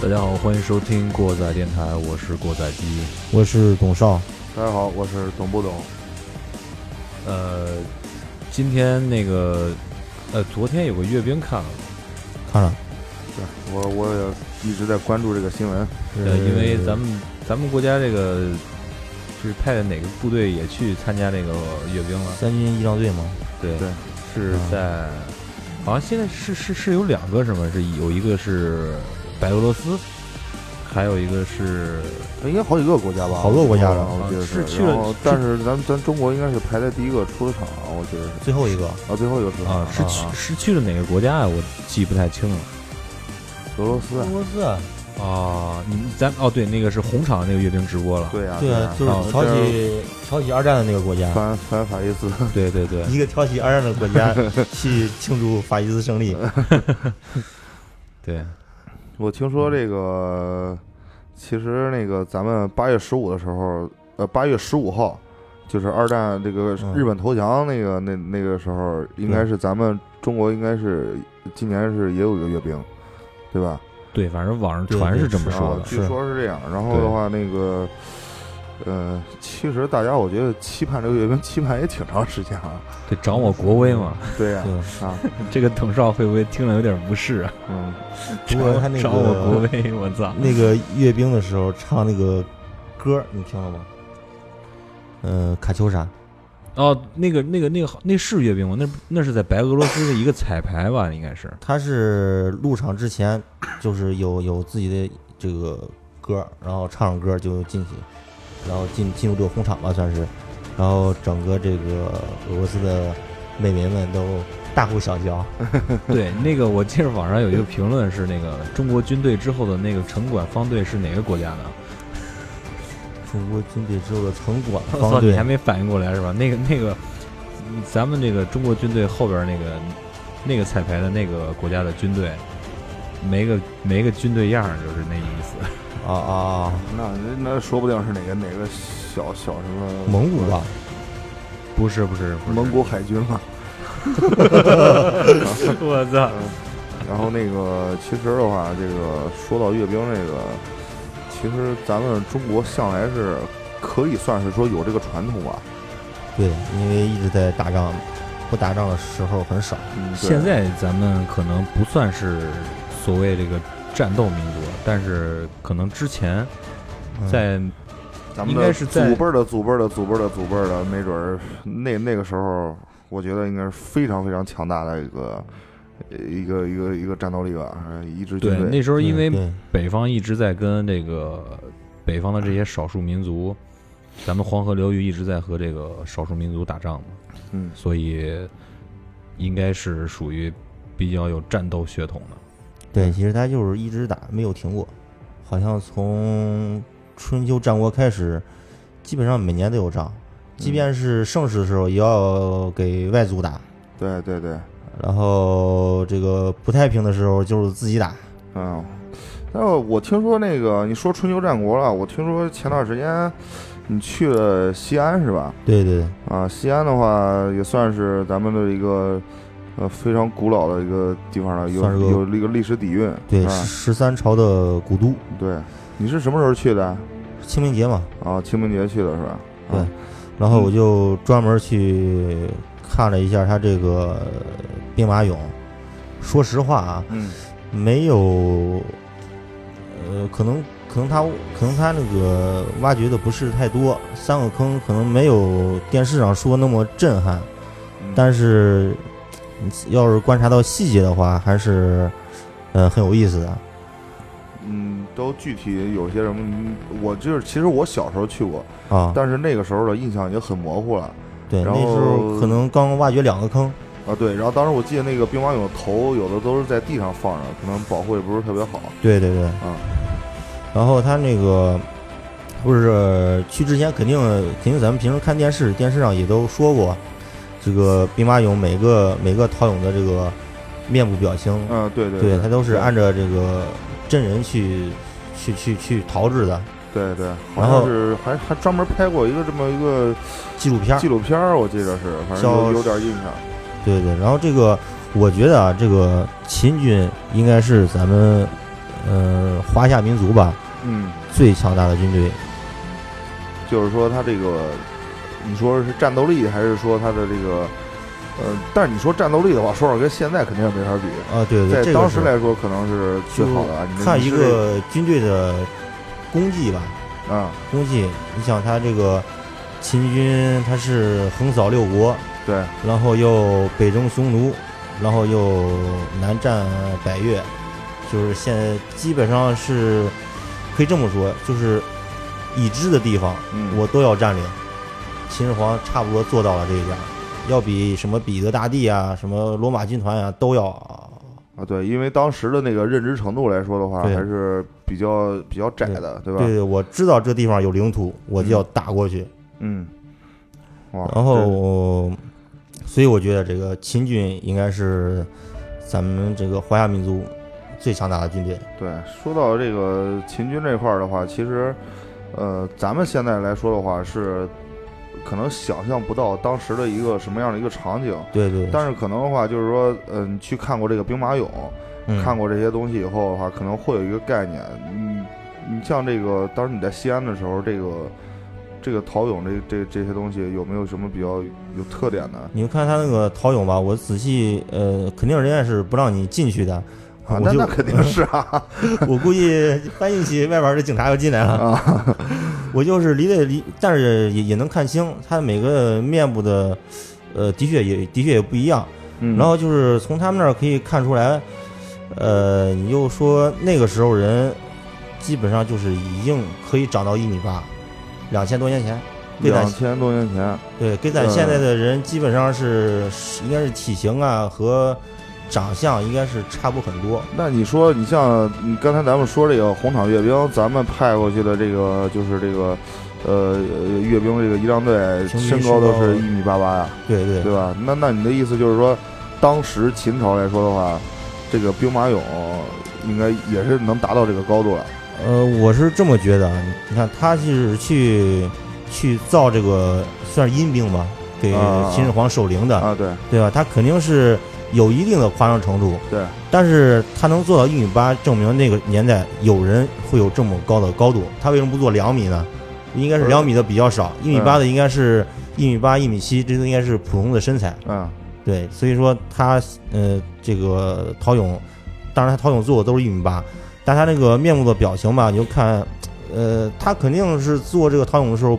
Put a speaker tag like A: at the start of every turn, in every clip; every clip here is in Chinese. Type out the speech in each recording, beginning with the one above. A: 大家好，欢迎收听过载电台，我是过载机。
B: 我是董少，
C: 大家好，我是董不懂。
A: 呃，今天那个，呃，昨天有个阅兵看了吗，
B: 看了，
C: 对我，我也一直在关注这个新闻。
A: 呃，因为咱们咱们国家这个就是派的哪个部队也去参加这个阅兵了，
B: 三军仪仗队嘛，
A: 对啊
C: 对，
A: 是在，好像现在是是是有两个什么，是有一个是白俄罗斯，还有一个是
C: 它应该好几个国家吧？
B: 好多国家了
C: 了，我记得
A: 啊是去了
C: 然后
A: 是
C: 但是咱咱中国应该是排在第一个出的场，啊我记得是。
B: 最后一个
C: 啊，最后一个出的
A: 啊，是
C: 场
A: 去
C: 啊
A: 是去了哪个国家啊？我记不太清了。
C: 俄罗斯啊。
B: 罗斯，
A: 啊，你咱哦对，那个是红场那个阅兵直播了。
C: 对呀，
B: 对
C: 呀
B: 啊，就是
A: 啊
B: 挑起挑起二战的那个国家，
C: 反反法西斯，
A: 对对对
B: 一个挑起二战的国 家去庆祝法西斯胜利，
A: 对，
C: 我听说这个，其实那个咱们八月十五的时候，呃，八月十五号，就是二战这个
B: 嗯
C: 日本投降那个、那那个时候，应该是咱们中国应该是今年是也有一个阅兵，对吧？
A: 对，反正网上
B: 对
A: 传
B: 对
A: 是这么
B: 是
A: 说
C: 啊，
A: 的。
C: 据
B: 是
C: 说是这样。然后的话，那个，呃，其实大家我觉得期盼这个阅兵，期盼也挺长时间了。
A: 对，掌我国威嘛，
C: 对 呀、
B: 对，
C: 啊，
A: 这个董少会不会听了有点不适啊？
C: 嗯，
B: 不过他那
A: 掌我国
B: 个
A: 威，我操！
B: 那个阅兵的时候唱那个歌，你听了吗？呃，卡秋莎，
A: 哦，那个那个那个好那是阅兵吗？那那是在白俄罗斯的一个彩排吧，应该是。
B: 他是入场之前 就是有有自己的这个歌，然后唱上歌就进去，然后进进入这个红场吧算是，然后整个这个俄罗斯的美民们都大呼小叫，
A: 对，那个我记得网上有一个评论是那个中国军队之后的那个城管方队是哪个国家的？
B: 中国军队之后的城管
A: 我操，
B: 方
A: 哦你
B: 队
A: 还没反应过来是吧？那个那个，嗯咱们这个中国军队后边那个那个彩排的那个国家的军队，没个没个军队样儿，就是那意思。
B: 啊啊啊，
C: 那那说不定是哪个哪个小小什么
B: 蒙古吧，
A: 不是不是不是
C: 蒙，古海军嘛。
A: 我操！
C: 然后那个，其实的话，这个说到阅兵这个，其实咱们中国向来是可以算是说有这个传统吧。
B: 对，因为一直在打仗，不打仗的时候很少，
C: 嗯，对
A: 现在咱们可能不算是所谓这个战斗民族，但是可能之前
B: 嗯
A: 在、
C: 咱们
A: 应该是在
C: 的祖辈儿的祖辈儿的祖辈儿的祖辈儿的，没准儿那那个时候，我觉得应该是非常非常强大的一个呃一个一个一个战斗力吧，呃一支
A: 对
C: 军队。
A: 那时候，因为
B: 对
A: 北方一直在跟这个北方的这些少数民族，咱们黄河流域一直在和这个少数民族打仗嘛，
C: 嗯，
A: 所以应该是属于比较有战斗血统的。
B: 对，其实他就是一直打，没有停过，好像从春秋战国开始，基本上每年都有仗，
C: 嗯
B: 即便是盛世的时候，也要给外族打，
C: 对对对，
B: 然后这个不太平的时候就是自己打，
C: 嗯。但我听说那个你说春秋战国了，我听说前段时间你去了西安是吧？
B: 对对对，
C: 啊，西安的话也算是咱们的一个呃非常古老的一个地方了，有
B: 算是个
C: 有一个历史底蕴，
B: 对
C: 是吧？
B: 十三朝的古都，
C: 对，你是什么时候去的？
B: 清明节嘛，
C: 啊，清明节去的是吧？
B: 对
C: 啊，
B: 然后我就专门去看了一下他这个兵马俑，说实话啊，
C: 嗯，
B: 没有，呃，可能可能他可能他那个挖掘的不是太多，三个坑可能没有电视上说那么震撼，
C: 嗯
B: 但是嗯要是观察到细节的话，还是呃很有意思的。
C: 嗯，都具体有些什么？我就是其实我小时候去过，
B: 啊，
C: 但是那个时候的印象已经很模糊了
B: 对，
C: 然
B: 那
C: 后
B: 时候可能刚挖掘两个坑，
C: 啊。对，然后当时我记得那个兵马俑的头有的都是在地上放着，可能保护也不是特别好。
B: 对对对，
C: 啊，
B: 然后他那个不是去之前肯定肯定咱们平时看电视，电视上也都说过，这个兵马俑每个每个陶俑的这个面部表情，
C: 嗯，对对
B: 对，它都是
C: 对
B: 按照这个真人去去去去陶制的
C: 对对，好
B: 然后
C: 像是还还专门拍过一个这么一个
B: 纪录片儿
C: 纪。录片儿，我记得是，反正
B: 叫
C: 有有点印象。
B: 对对，然后这个我觉得啊，这个秦军应该是咱们呃华夏民族吧
C: 嗯，
B: 最强大的军队。
C: 就是说他这个，你说是战斗力还是说他的这个，呃，但是你说战斗力的话，说实话跟现在肯定也没法比。
B: 啊，对对，
C: 在
B: 这个
C: 当
B: 是
C: 时来说，可能是最好的啊。你
B: 看
C: 你
B: 一
C: 是这
B: 个军队的功绩吧，
C: 啊，
B: 功绩，你想他这个秦军他是横扫六国，
C: 对，
B: 然后又北征匈奴，然后又南占百越，就是现在基本上是可以这么说，就是已知的地方
C: 嗯，
B: 我都要占领。秦始皇差不多做到了这一点儿，要比什么彼得大帝啊、什么罗马军团啊都要
C: 啊，对，因为当时的那个认知程度来说的话，
B: 对
C: 还是比较比较窄的，对吧？
B: 对对，我知道这地方有领土，我就要
C: 嗯哦
B: 打过去。
C: 嗯，哇，
B: 然后，所以我觉得这个秦军应该是咱们这个华夏民族最强大的军队。
C: 对，说到这个秦军这块儿的话，其实，呃，咱们现在来说的话是，可能想象不到当时的一个什么样的一个场景，
B: 对对，
C: 但是可能的话就是说，嗯、你去看过这个兵马俑，
B: 嗯
C: 看过这些东西以后的话，可能会有一个概念。你你像这个，当时你在西安的时候，这个这个陶俑这这这些东西有没有什么比较有特点的？
B: 你们看他那个陶俑吧，我仔细呃，肯定人家是不让你进去的。我
C: 啊，那
B: 就
C: 那肯定是啊，
B: 我估计搬进去，外边儿的警察要进来了。
C: 啊，
B: 我就是离得离，但是也也能看清他每个面部的，呃，的确也的确也不一样。
C: 嗯
B: 然后就是从他们那儿可以看出来，呃，你又说那个时候人基本上就是已经可以长到一米八，两千多年前，给咱
C: 两千多年前，
B: 对，跟咱
C: 嗯
B: 现在的人基本上是是应该是体型啊和长相应该是差不很多。
C: 那你说，你像你刚才咱们说这个红场阅兵，咱们派过去的这个就是这个，呃，呃阅兵这个仪仗队
B: 平均
C: 身高
B: 身
C: 都
B: 高
C: 是一米八八呀，
B: 对对
C: 对吧？那那你的意思就是说，当时秦朝来说的话，这个兵马俑应该也是能达到这个高度了。
B: 呃，我是这么觉得啊，你看他就是去去造这个算是阴兵吧，给
C: 啊
B: 秦始皇守灵的，
C: 啊，对
B: 对吧？他肯定是有一定的夸张程度，
C: 对，
B: 但是他能做到一米八，证明那个年代有人会有这么高的高度。他为什么不做两米呢？应该是
C: 呃
B: 两米的比较少，一米八的应该是一米八、一米七，这都应该是普通的身材。
C: 嗯，
B: 对，所以说他呃，这个陶俑，当然他陶俑做的都是一米八，但他那个面部的表情吧，你就看，呃，他肯定是做这个陶俑的时候，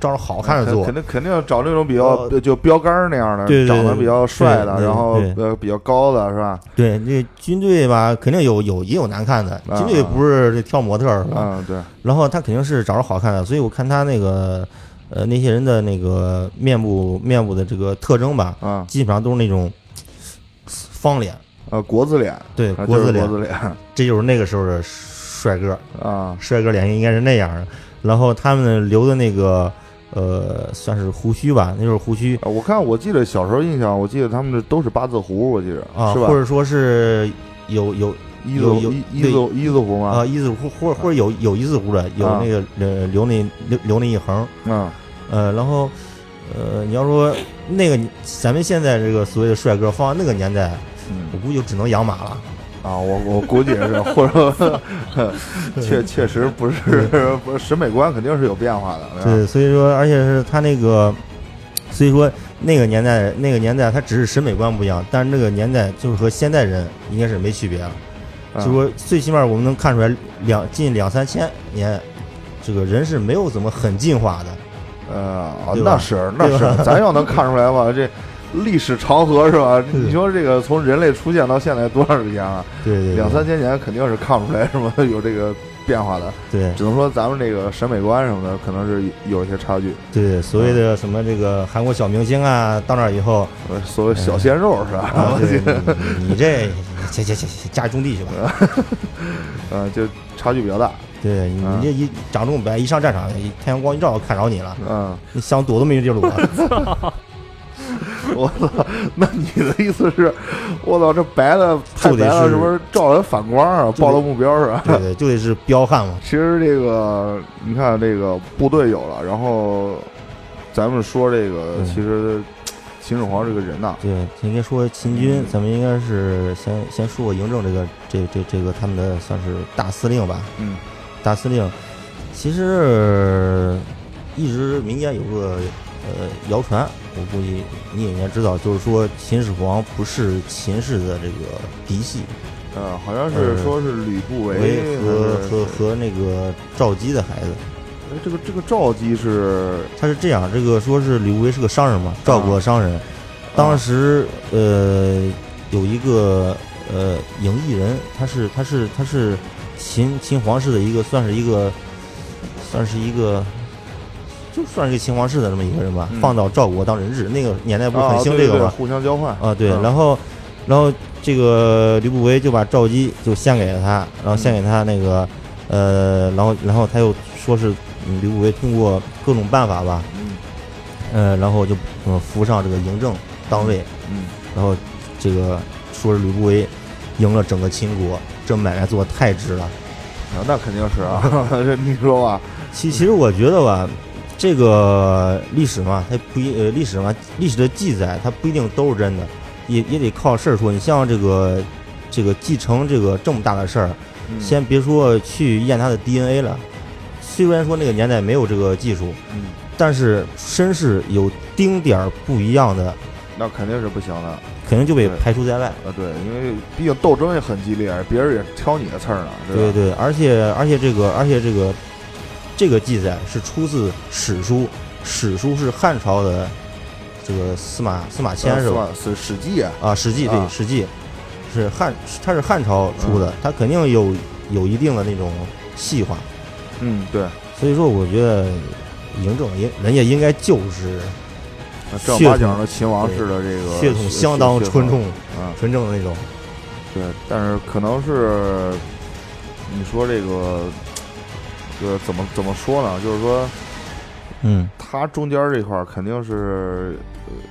B: 照着好看着
C: 肯
B: 做
C: 肯，定肯定找那种比较
B: 呃
C: 就标杆儿那样的，
B: 对对
C: 长得
B: 对
C: 比较帅的，
B: 对
C: 然后
B: 对
C: 呃比较高的是吧？
B: 对，那军队吧，肯定有有也有难看的，
C: 啊
B: 军队不是这挑模特儿是吧？
C: 嗯，对，
B: 然后他肯定是找着好看的，所以我看他那个，呃，那些人的那个面部面部的这个特征吧，
C: 啊
B: 基本上都是那种方脸，
C: 呃国字脸，
B: 对，
C: 啊
B: 国
C: 就
B: 字
C: 是
B: 脸，
C: 国字脸
B: 这就是那个时候的帅哥，
C: 啊，
B: 帅哥脸应该是那样的。然后他们留的那个，呃，算是胡须吧，那就是胡须
C: 啊，我看我记得小时候印象，我记得他们这都是八字胡，我记得
B: 啊，
C: 是吧
B: 或？者说是有有
C: 一字
B: 有
C: 一一字一字胡
B: 啊
C: 吗？
B: 一字胡，或或者有有一字胡的，有
C: 啊
B: 那个呃留那留留那一横，
C: 嗯，
B: 呃，然后呃，你要说那个咱们现在这个所谓的帅哥放到那个年代，我
C: 嗯
B: 估计就只能养马了。
C: 啊，我我估计也是，或者 说 确确实不是， 不是审美观肯定是有变化的，对吧
B: 对，所以说，而且是他那个，所以说那个年代，那个年代他只是审美观不一样，但是那个年代就是和现代人应该是没区别了。
C: 嗯
B: 就说最起码我们能看出来两近两三千年，这个人是没有怎么很进化的。
C: 呃，啊
B: 对吧
C: 那是那是，咱要能看出来吧，这历史长河是 吧？
B: 对
C: 你说这个从人类出现到现在多长时间了？
B: 对对对，
C: 两三千年肯定是看不出来什么 有这个变化的，
B: 对
C: 只能说咱们这个审美观什么的可能是有一些差距。
B: 对，所谓的什么这个韩国小明星啊，到那儿以后，
C: 呃所谓小鲜肉是吧？
B: 哎啊，对你你这这这这家种地去吧。
C: 呃，就差距比较大。
B: 啊对你
C: 嗯
B: 你这一长这么白，一上战场，一太阳光一照看着你了，
C: 嗯，
B: 你想躲都没地儿躲。
C: 我操，那你的意思是，我操，这白的太白
B: 就得
C: 了，
B: 是
C: 是不是照人反光啊？
B: 得
C: 暴露目标是吧？
B: 对对，就得是彪悍嘛。
C: 其实这个，你看这个部队有了，然后咱们说这个，
B: 嗯
C: 其实秦始皇这个人呐、
B: 对，应该说秦军，
C: 嗯
B: 咱们应该是先先说嬴政这个这这这个他们的算是大司令吧，
C: 嗯
B: 大司令。其实一直民间有个呃谣传，我估计你也应该知道，就是说秦始皇不是秦氏的这个嫡系，
C: 呃，好像是
B: 呃
C: 说是吕不韦
B: 为和
C: 还是
B: 和和那个赵姬的孩子。
C: 哎，这个这个赵姬是
B: 他是这样，这个说是吕不韦是个商人嘛，赵国商人，
C: 啊
B: 当时呃有一个呃影艺人，他是他是他是秦秦皇室的一个算是一个算是一个。就算是一个秦皇室的这么一个人吧，
C: 嗯
B: 放到赵国当人质，那个年代不是
C: 啊
B: 很兴这
C: 对
B: 个
C: 对
B: 吗？
C: 互相交换
B: 啊，对，
C: 嗯
B: 然后，然后这个吕不韦就把赵姬就献给了他，然后献给他那个，呃，然后然后他又说是嗯吕不韦通过各种办法吧，
C: 嗯
B: 呃，然后就嗯扶上这个嬴政当位，
C: 嗯
B: 然后这个说是吕不韦赢了整个秦国，这买卖做的太值了。
C: 啊，那肯定是啊， 这你说吧，
B: 其其实我觉得吧，这个历史嘛，它不一呃历史嘛，历史的记载它不一定都是真的，也也得靠事儿说。你像这个这个继承这个这么大的事儿，
C: 嗯
B: 先别说去验他的 DNA 了，虽然说那个年代没有这个技术，
C: 嗯，
B: 但是身世有丁点儿不一样的，
C: 那肯定是不行的啊，
B: 肯定就被
C: 对
B: 排除在外。
C: 对，因为毕竟斗争也很激烈，别人也挑你的刺儿呢，
B: 对
C: 吧？
B: 对，而且而且这个而且这个这个记载是出自史书，史书是汉朝的这个司马司马迁
C: 呃
B: 是吧？
C: 算是《史记》啊，
B: 啊，《史记》对，
C: 啊
B: 《史记》是汉，它是汉朝出的，它肯定有有一定的那种细化，
C: 嗯，对，
B: 所以说我觉得嬴政应人家应该就是
C: 那啊正儿
B: 血
C: 八
B: 统
C: 经的秦王式的这个
B: 血统相当纯，
C: 血
B: 正
C: 统啊，
B: 纯正的那种，
C: 对，但是可能是你说这个，这个怎么怎么说呢？就是说，
B: 嗯，
C: 它中间这块儿肯定是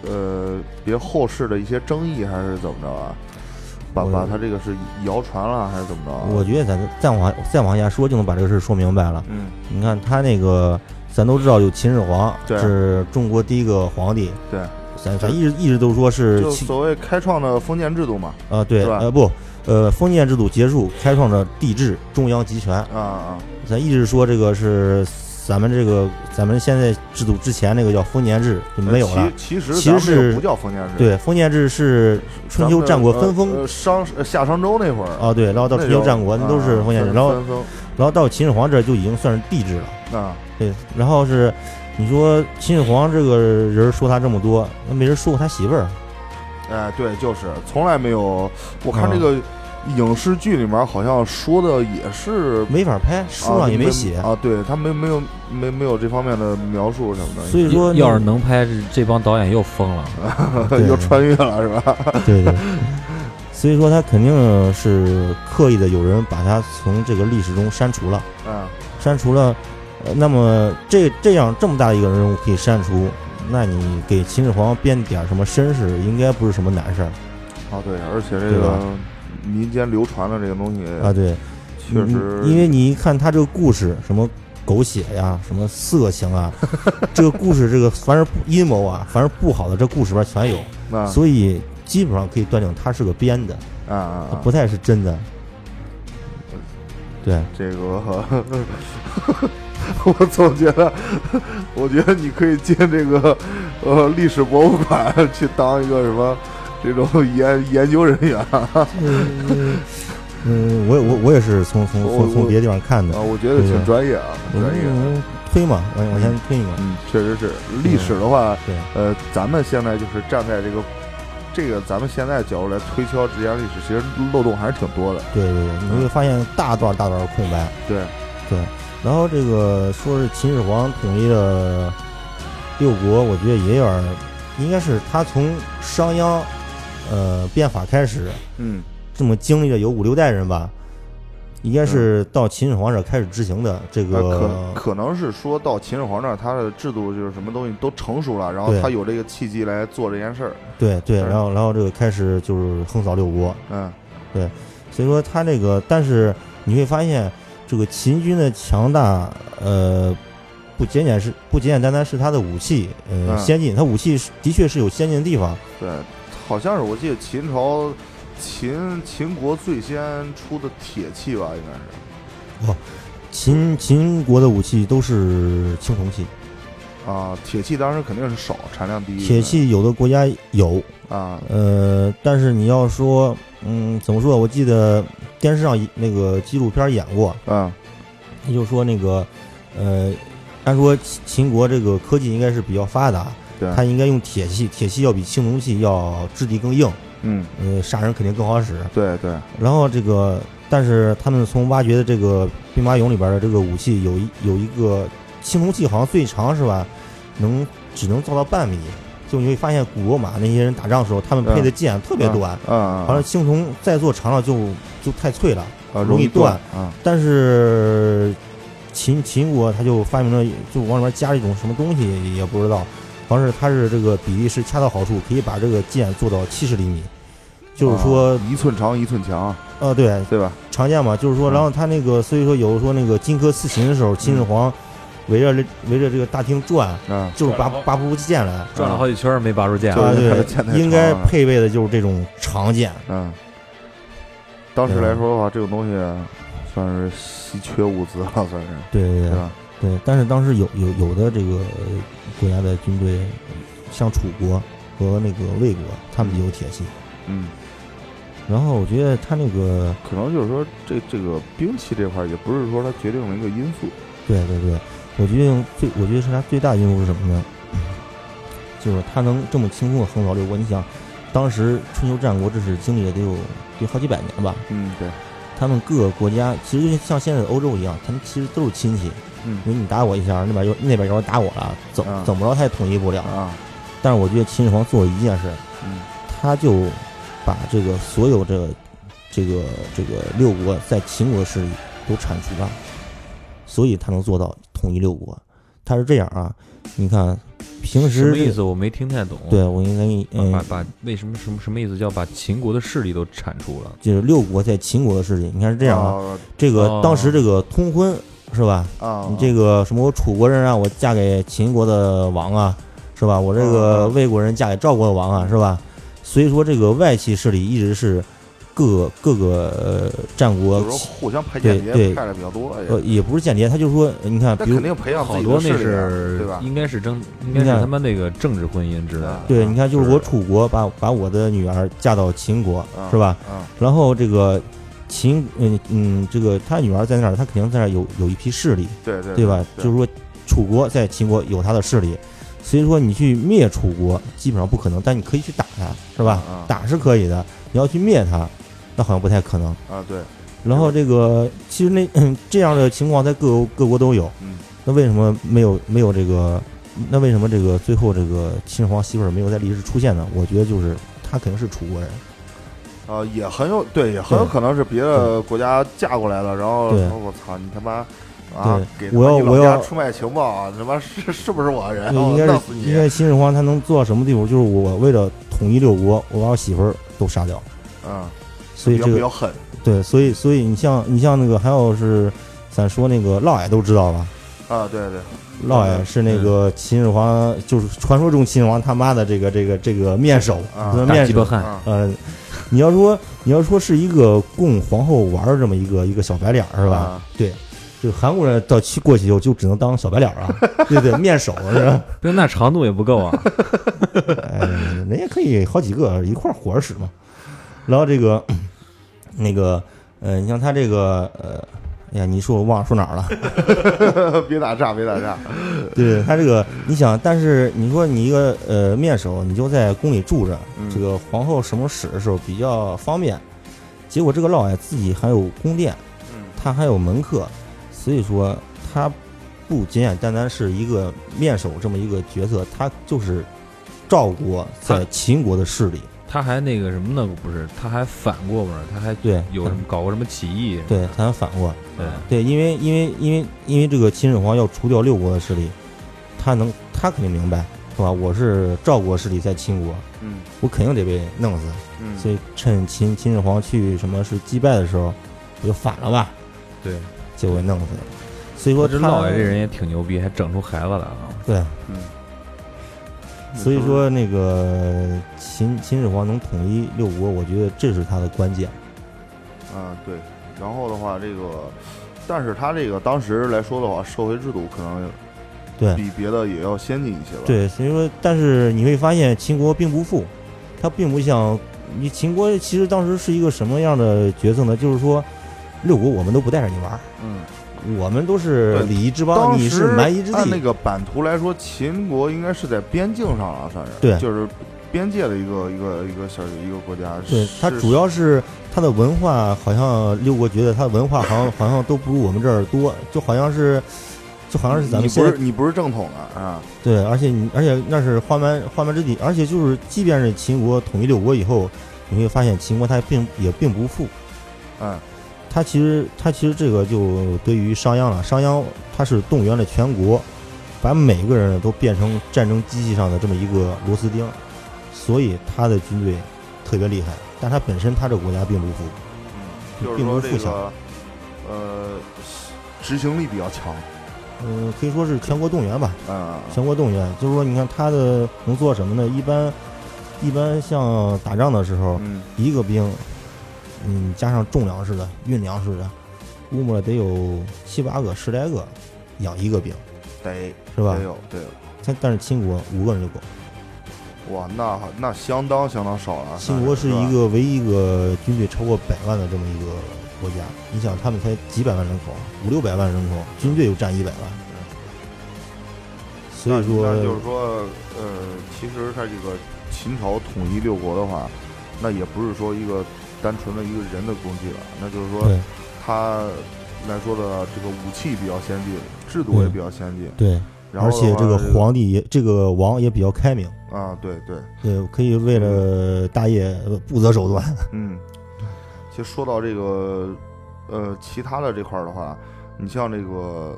C: 呃，别后世的一些争议还是怎么着啊？把
B: 我
C: 把它这个是谣传了还是怎么着、啊？
B: 我觉得咱再往再往下说就能把这个事儿说明白了。
C: 嗯，
B: 你看他那个，咱都知道有秦始皇，
C: 对
B: 是中国第一个皇帝。
C: 对，
B: 咱咱一直一直都说是
C: 就
B: 秦
C: 所谓开创的封建制度嘛，
B: 啊、对，
C: 是吧
B: 呃不，呃封建制度结束，开创了帝制中央集权。
C: 啊啊，
B: 咱一直说这个是咱们这个咱们现在制度之前那个叫封建制就没有了。
C: 其其实
B: 其实
C: 咱们这
B: 是
C: 个不叫封建制，
B: 对，封建制是春秋战国分封
C: 呃呃商呃夏商周那会儿，
B: 啊，对，然后到
C: 那
B: 春秋
C: 叫
B: 战国那都是
C: 啊
B: 封建制，
C: 分
B: 然后
C: 分封
B: 然后到秦始皇这儿就已经算是帝制了。
C: 啊，
B: 对，然后是你说秦始皇这个人说他这么多，那没人说过他媳妇儿。
C: 哎，对，就是从来没有。我看
B: 嗯
C: 这个影视剧里面好像说的也是，
B: 没法拍，书上也没写。
C: 啊，对他没没有没没有这方面的描述什么的，
B: 所以说那，
A: 要是能拍，这这帮导演又疯了。
B: 对
C: 又穿越了是吧？
B: 对对， 所以说他肯定是刻意的，有人把他从这个历史中删除了，
C: 嗯，
B: 删除了。呃那么这这样这么大一个人物可以删除，那你给秦始皇编点什么身世，应该不是什么难事儿
C: 啊对，而且这
B: 对
C: 个
B: 吧
C: 民间流传的这个东西
B: 啊？对，
C: 确实，
B: 因为你一看他这个故事，什么狗血呀，什么色情 啊，这个故事这个凡是阴谋啊，凡是不好的，这故事里边全有，
C: 那啊
B: 所以基本上可以断定他是个编的，
C: 啊
B: 他
C: 啊
B: 不，太是真的。对，
C: 这个 我总觉得，我觉得你可以进这个呃历史博物馆去当一个什么这种研 研究人员。啊
B: 嗯，嗯我我我也是从从
C: 我
B: 从从
C: 我
B: 别的地方看的
C: 啊，，我觉得挺专业啊，
B: 我
C: 挺专业的。
B: 们推嘛，往往前推嘛，
C: 嗯，确实是历史的话，
B: 对，
C: 呃，咱们现在就是站在这个这个咱们现在角度来推敲这段历史，其实漏洞还是挺多的。
B: 对对对，你会发现大段大段的空白。
C: 对，
B: 然后这个说是秦始皇统一了六国，我觉得也有点儿，应该是他从商鞅呃变法开始，
C: 嗯，
B: 这么经历了有五六代人吧，应该是到秦始皇这儿开始执行的这
C: 呃
B: 个。
C: 可可能是说到秦始皇那儿，他的制度就是什么东西都成熟了，然后
B: 对
C: 他有这个契机来做这件事儿。
B: 对对，
C: 嗯
B: 然后然后这个开始就是横扫六国，
C: 嗯
B: 所以说他这个，但是你会发现这个秦军的强大，呃，不简简是不简简单单是它的武器，呃，
C: 嗯
B: 先进，它武器是的确是有先进的地方，
C: 对，好像是我记得秦朝秦秦国最先出的铁器吧，应该是
B: 秦秦国的武器都是青铜器，
C: 啊，铁器当时肯定是少，产量低。
B: 铁器有的国家有，
C: 啊，
B: 呃，但是你要说，嗯，怎么说？我记得电视上一那个纪录片演过，
C: 嗯
B: 也就是说那个，呃，按说秦秦国这个科技应该是比较发达，
C: 对
B: 它应该用铁器，铁器要比青铜器要质地更硬，
C: 嗯，
B: 呃，杀人肯定更好使。
C: 对对，
B: 然后这个，但是他们从挖掘的这个兵马俑里边的这个武器，有一有一个青铜器，好像最长是吧，能只能造到半米。就你会发现，古罗马那些人打仗的时候，他们配的剑特别短，
C: 嗯嗯，
B: 好像青铜再做长了就就太脆了。
C: 啊
B: 容易断
C: 断啊，
B: 但是秦秦国他就发明了，就往里面加了一种什么东西也不知道，好像是它是这个比例是恰到好处，可以把这个剑做到七十厘米，就是说
C: 啊一寸长一寸强，
B: 呃对
C: 对吧？
B: 长剑嘛，就是说，
C: 嗯
B: 然后他那个所以说有说那个荆轲刺秦的时候，秦始皇围着这围着这个大厅嗯转，
C: 啊，
B: 就是拔
A: 转了
B: 拔不出剑来。
A: 转了好几圈儿没拔出剑
C: 就
A: 来，
B: 啊，
C: 是他的
B: 对
C: 剑太，长
B: 应该
C: 了
B: 配备的就是这种长剑。
C: 嗯，当时来
B: 对啊
C: 说的话，这种东西算是稀缺物资了，算是
B: 对啊对对
C: 对吧？
B: 对，但是当时有有有的这个呃国家的军队，呃像楚国和那个魏国，他们有铁器。
C: 嗯，
B: 然后我觉得他那个，
C: 可能就是说这这个兵器这块儿也不是说它决定了一个因素，
B: 对对对，我觉得最我觉得是他最大的因素是什么呢？就是他能这么轻松的横扫六国。你想，当时春秋战国这是经历了得有得好几百年吧？
C: 嗯，对，
B: 他们各个国家其实就像现在的欧洲一样，他们其实都是亲戚。
C: 嗯
B: 因为你打我一下，那边又那边又要打我了，怎
C: 啊
B: 怎么着他也统一不了。
C: 啊，
B: 但是我觉得秦始皇做了一件事，
C: 嗯
B: 他就把这个所有这这个这个六国在秦国的势力都铲除了，所以他能做到统一六国。他是这样啊，你看平
A: 什
B: 时
A: 么
B: 这
A: 意？思？我啊没听太懂。
B: 对，我应该给你
A: 把，把
B: 嗯，
A: 把为什么什么什么意思？叫把秦国的势力都铲除了。
B: 就是六国在秦国的势力，你看是这样啊。
C: 啊
B: 这个
A: 哦
B: 当时这个通婚是吧？
C: 啊，
B: 你这个什么我楚国人让我嫁给秦国的王啊，是吧？我这个
C: 哦
B: 魏国人嫁给赵国的王啊，是吧？所以说这个外戚势力一直是各个各个呃战国
C: 有时候互相派
B: 对
C: 间谍
B: 对
C: 派的比较多，也
B: 呃，也不是间谍，他就说，呃你看，
C: 那
B: 比如
C: 肯定培养自
A: 好
C: 己
A: 多
C: 的
A: 那
C: 势力啊，
A: 是
C: 对吧？
A: 应该是政，应该是
B: 看
A: 他们那个政治婚姻之类的。
B: 对，
C: 啊
B: 你看，就是
A: 是
B: 我楚国把把我的女儿嫁到秦国，
C: 啊
B: 是吧？
C: 啊，
B: 然后这个秦，嗯嗯，这个他女儿在那儿，他肯定在那儿有有一批势力，
C: 对对
B: 对吧？就是说，楚国在秦国有他的势力，所以说你去灭楚国基本上不可能，但你可以去打他，是吧
C: 啊啊？
B: 打是可以的，你要去灭他，那好像不太可能。
C: 啊，对，
B: 然后这个其实那这样的情况在各国各国都有，
C: 嗯
B: 那为什么没有没有这个？那为什么这个最后这个秦始皇媳妇儿没有在历史出现呢？我觉得就是他肯定是楚国人，
C: 啊，也很有对，也很有
B: 对
C: 可能是别的国家嫁过来的，然后
B: 对
C: 说我操你他妈啊，给
B: 对
C: 他
B: 我要
C: 们
B: 我
C: 老
B: 要
C: 家出卖情报啊，你他妈是是哎哦不是我人？
B: 就
C: 我
B: 应该
C: 弄
B: 是
C: 死
B: 应
C: 你！
B: 该秦始皇他能做到什么地步？就是我为了统一六国，我把我媳妇儿都杀掉。
C: 嗯，
B: 所以
C: 比较
B: 这
C: 比
B: 个
C: 较狠，
B: 对，所以所以你像你像那个还有是，咱说那个嫪毐都知道吧？
C: 啊，对对，
B: 嫪
A: 嗯
B: 毐是那个秦始皇，就是传说中秦始皇他妈的这个这个这个面首，
C: 啊
B: 就是
A: 大
B: 面
A: 鸡
B: 首
A: 巴汉，
C: 啊，
B: 呃，你要说你要说是一个供皇后玩儿这么一个一个小白脸儿是吧？
C: 啊
B: 对，这个韩国人到去过去以后就只能当小白脸儿啊，对对，面首是吧？
A: 不那长度也不够啊。
B: 哎，人家可以好几个一块儿活着使嘛。然后这个 那个呃，你像他这个呃，哎呀，你说我忘了说哪儿了？
C: 嗯 别打岔，别 打岔，
B: 对他这个，你想，但是你说你一个呃面首，你就在宫里住着，
C: 嗯
B: 这个皇后什么使的时候比较方便。结果这个嫪毐自己还有宫殿，
C: 嗯
B: 他还有门客，所以说他不简简单单是一个面首这么一个角色，他就是赵国在秦国的势力。
A: 他还那个什么呢？不是，他还反过不是？他还
B: 对，
A: 有什么搞过什么起义？
B: 对，他反过
A: 对，
B: 对，因为因为因为因为这个秦始皇要除掉六国的势力，他能他肯定明白是吧？我是赵国势力在秦国，
C: 嗯
B: 我肯定得被弄死，
C: 嗯，
B: 所以趁秦秦始皇去什么是祭拜的时候，我就反了吧，
A: 对，
B: 结果弄死了。所以说
A: 我这
B: 他
A: 老爷这人也挺牛逼，还整出孩子来了。
B: 对，
C: 嗯，
B: 所以说那个秦秦始皇能统一六国，我觉得这是他的关键。
C: 啊，对。然后的话，这个，但是他这个当时来说的话，社会制度可能
B: 对
C: 比别的也要先进一些吧。，
B: 对，所以说，但是你会发现秦国并不富，他并不像你秦国其实当时是一个什么样的角色呢？就是说，六国我们都不带着你玩儿，
C: 嗯，
B: 我们都是
C: 对
B: 礼仪之邦，
C: 当
B: 你
C: 时
B: 是蛮夷之
C: 按那
B: 地。
C: 个版图来说，秦国应该是在边境上了，算是
B: 对
C: 就是边界的一个一个一个小一个国家。
B: 对，它
C: 是
B: 主要是它的文化，好像六国觉得它的文化好像好像都不如我们这儿多，就好像是就好像是咱
C: 你
B: 们现
C: 不
B: 在
C: 是你不是正统的啊，
B: 对，而且你而且那是花蛮花蛮之地，而且就是即便是秦国统一六国以后，你会发现秦国它并也并不富，
C: 嗯，
B: 它其实它其实这个就对于商鞅了，商鞅他是动员了全国，把每个人都变成战争机器上的这么一个螺丝钉，所以他的军队特别厉害，但他本身他这个国家并不富，
C: 嗯就是
B: 并不
C: 说
B: 是
C: 这
B: 富强
C: 个呃执行力比较强，
B: 嗯、可以说是全国动员吧，
C: 嗯，
B: 全国动员，就是说你看他的能做什么呢？一般一般像打仗的时候，
C: 嗯
B: 一个兵，嗯，加上种粮食的、运粮食的，估摸着得有七八个、十来个养一个兵，
C: 得
B: 是吧
C: 得？有得有。
B: 但但是秦国五个人就够。
C: 哇，那那相当相啊当少了。
B: 秦国是一
C: 吧
B: 个唯一一个军队超过百万的这么一个国家，你想他们才几百万人口，五六百万人口，军队又占一百万，所以说
C: 嗯那就是说，呃，其实它这个秦朝统一六国的话，那也不是说一个单纯的一个人的功绩了，那就是说
B: 对
C: 它来说的这个武器比较先进，制度也比较先进，
B: 对，
C: 然后
B: 而且
C: 这
B: 这个皇帝也这个王也比较开明，
C: 啊，对对，
B: 对，可以为了大业呃不择手段。
C: 嗯，其实说到这个，呃，其他的这块儿的话，你像这个，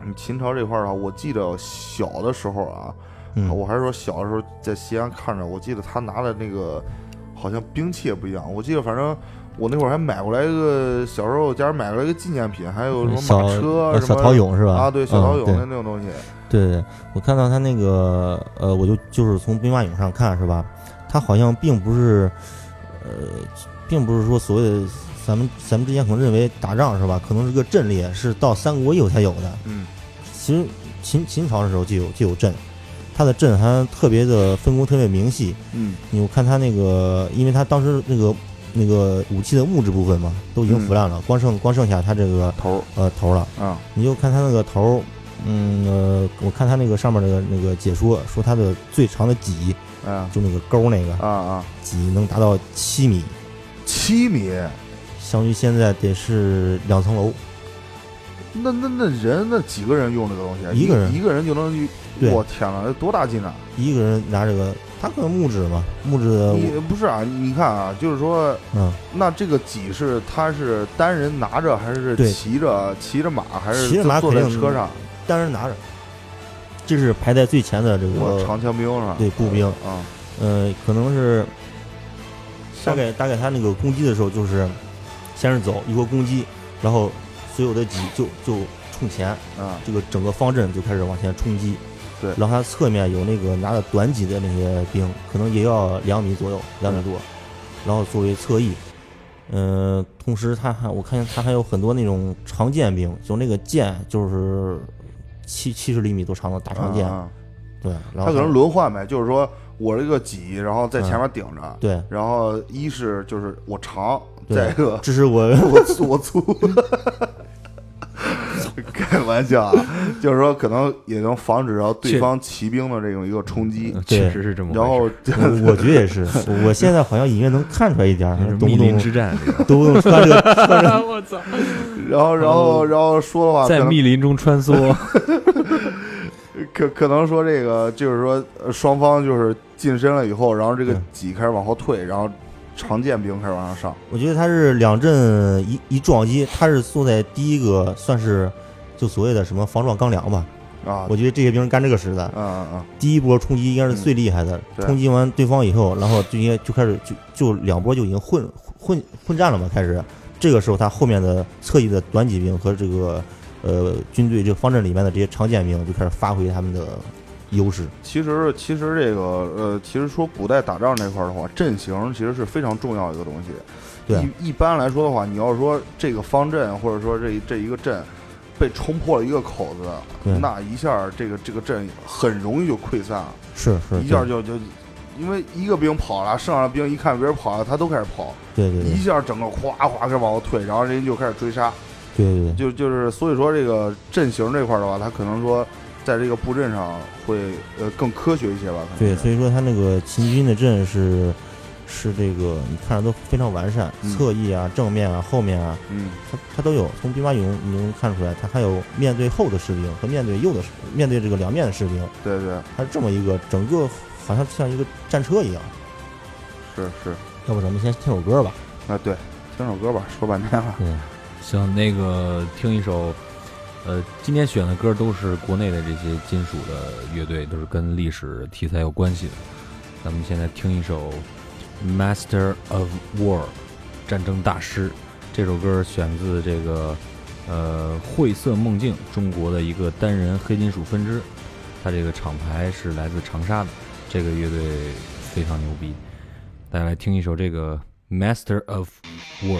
C: 嗯秦朝这块儿的话，我记得小的时候啊，
B: 嗯，
C: 我还是说小的时候在西安看着，我记得他拿的那个好像兵器也不一样。我记得反正我那会儿还买过来一个，小时候我家人买过来一个纪念品，还有什么
B: 小
C: 马车、
B: 呃
C: 什
B: 小
C: 么
B: 陶俑是吧？
C: 啊，对，小陶俑
B: 嗯对
C: 的那种东西。
B: 对对，我看到他那个呃，我就就是从兵马俑上看是吧？他好像并不是呃，并不是说所谓的咱们咱们之前可能认为打仗是吧？可能是个阵列，是到三国以后才有的。
C: 嗯，
B: 其实秦秦朝的时候就有就有阵，他的阵还特别的分工特别明细。
C: 嗯，
B: 你我看他那个，因为他当时那个那个武器的木质部分嘛，都已经腐烂
C: 嗯
B: 了，光剩光剩下他这个
C: 头
B: 呃头了。
C: 儿啊，
B: 你就看他那个头儿，嗯呃，我看他那个上面的那个解说说他的最长的戟，
C: 嗯
B: 就那个钩儿那
C: 啊
B: 个
C: 啊，
B: 戟能达到七米，
C: 七米，
B: 相当于现在得是两层楼。
C: 那那那人那几个人用这个东西啊？
B: 一个人
C: 一个人就能，
B: 对
C: 我天呐，这多大劲啊！
B: 一个人拿这个，他可能木质嘛，木质的，
C: 你不是啊？你看啊，就是说
B: 嗯，
C: 那这个戟是他是单人拿着还是
B: 对
C: 骑着骑着马还是
B: 骑着马
C: 坐在
B: 肯定
C: 车上？
B: 单人拿着。这是排在最前的这
C: 我
B: 个，
C: 长枪兵是
B: 呃
C: 吧？
B: 对步兵
C: 啊，
B: 呃，可能是大
C: 像
B: 概大概他那个攻击的时候，就是先是走一波攻击，然后所有的戟就就冲前，
C: 啊，
B: 这个整个方阵就开始往前冲击。
C: 对
B: 然后他侧面有那个拿着短戟的那些兵，可能也要两米左右，两米多，然后作为侧翼。嗯、同时他还我看见他还有很多那种长剑兵，就那个剑就是七七十厘米多长的大长剑，
C: 啊
B: 对，然后
C: 他可能
B: 还嗯
C: 轮换呗，就是说我这个戟，然后在前面顶着，
B: 对，
C: 然后一是就是我长，
B: 对
C: 再 一个
B: 这是我
C: 我粗我粗。 开玩笑啊，就是说可能也能防止到对
A: 确
C: 方骑兵的这种一个冲击
A: 嗯，确
B: 对
A: 实是这么回事。
C: 然后
B: 我我觉得也 是，我现在好像隐约能看出来一点儿
A: 那是，
B: 懂
A: 密
B: 不
A: 林
B: 懂
A: 之战，这个
B: 懂不懂穿这个
A: 我操，
C: 然后 然后然后说的话可
A: 在
C: 能
A: 密林中穿梭，
C: 可可能说这个就是说呃双方就是近身了以后，然后这个
B: 对
C: 戟开始往后退，然后长剑兵开始往上上。
B: 我觉得他是两阵一一撞击，他是坐在第一个，算是就所谓的什么防撞钢梁吧。
C: 啊，
B: 我觉得这些兵是干这个使的，
A: 啊
C: 嗯嗯
B: 第一波冲击应该是最厉害的。
A: 嗯
C: 对
B: 冲击完对方以后，然后就应该就开始就就两波就已经混混混战了嘛，开始。这个时候他后面的侧翼的短戟兵和这个呃军队这个方阵里面的这些常见兵就开始发挥他们的优势。
C: 其实其实这个呃，其实说古代打仗这块儿的话，阵型其实是非常重要的一个东西。
B: 对啊
C: 一一般来说的话，你要说这个方阵或者说这这一个阵被冲破了一个口子
B: 对，
C: 那一下儿这个这个阵很容易就溃散了，
B: 是是，
C: 一下就就。因为一个兵跑了，剩下的兵一看别人跑了，他都开始跑，
B: 对对对
C: 一下整个哗哗开始往后退，然后人家就开始追杀，
B: 对对对，
C: 就就是所以说这个阵型这块儿的话，他可能说在这个布阵上会呃更科学一些吧，可能
B: 对，
C: 是
B: 所以说他那个秦军的阵是是这个你看着都非常完善，
C: 嗯
B: 侧翼啊、正面啊、后面啊，
C: 嗯
B: 它它都有。从兵马俑你能看出来，它还有面对后的士兵和面对右的士面对这个两面的士兵，，
C: 对对，
B: 它是这么一个整个好像像一个战车一样。
C: 是是，
B: 要不咱们先听首歌吧？
C: 啊对，听首歌吧，说半天了，
B: 嗯，
A: 行，那个听一首，呃，今天选的歌都是国内的这些金属的乐队，都是跟历史题材有关系的。咱们现在听一首《Master of War》战争大师，这首歌选自这个呃晦涩梦境中国的一个单人黑金属分支，它这个厂牌是来自长沙的，这个乐队非常牛逼。大家来听一首这个《Master of War》。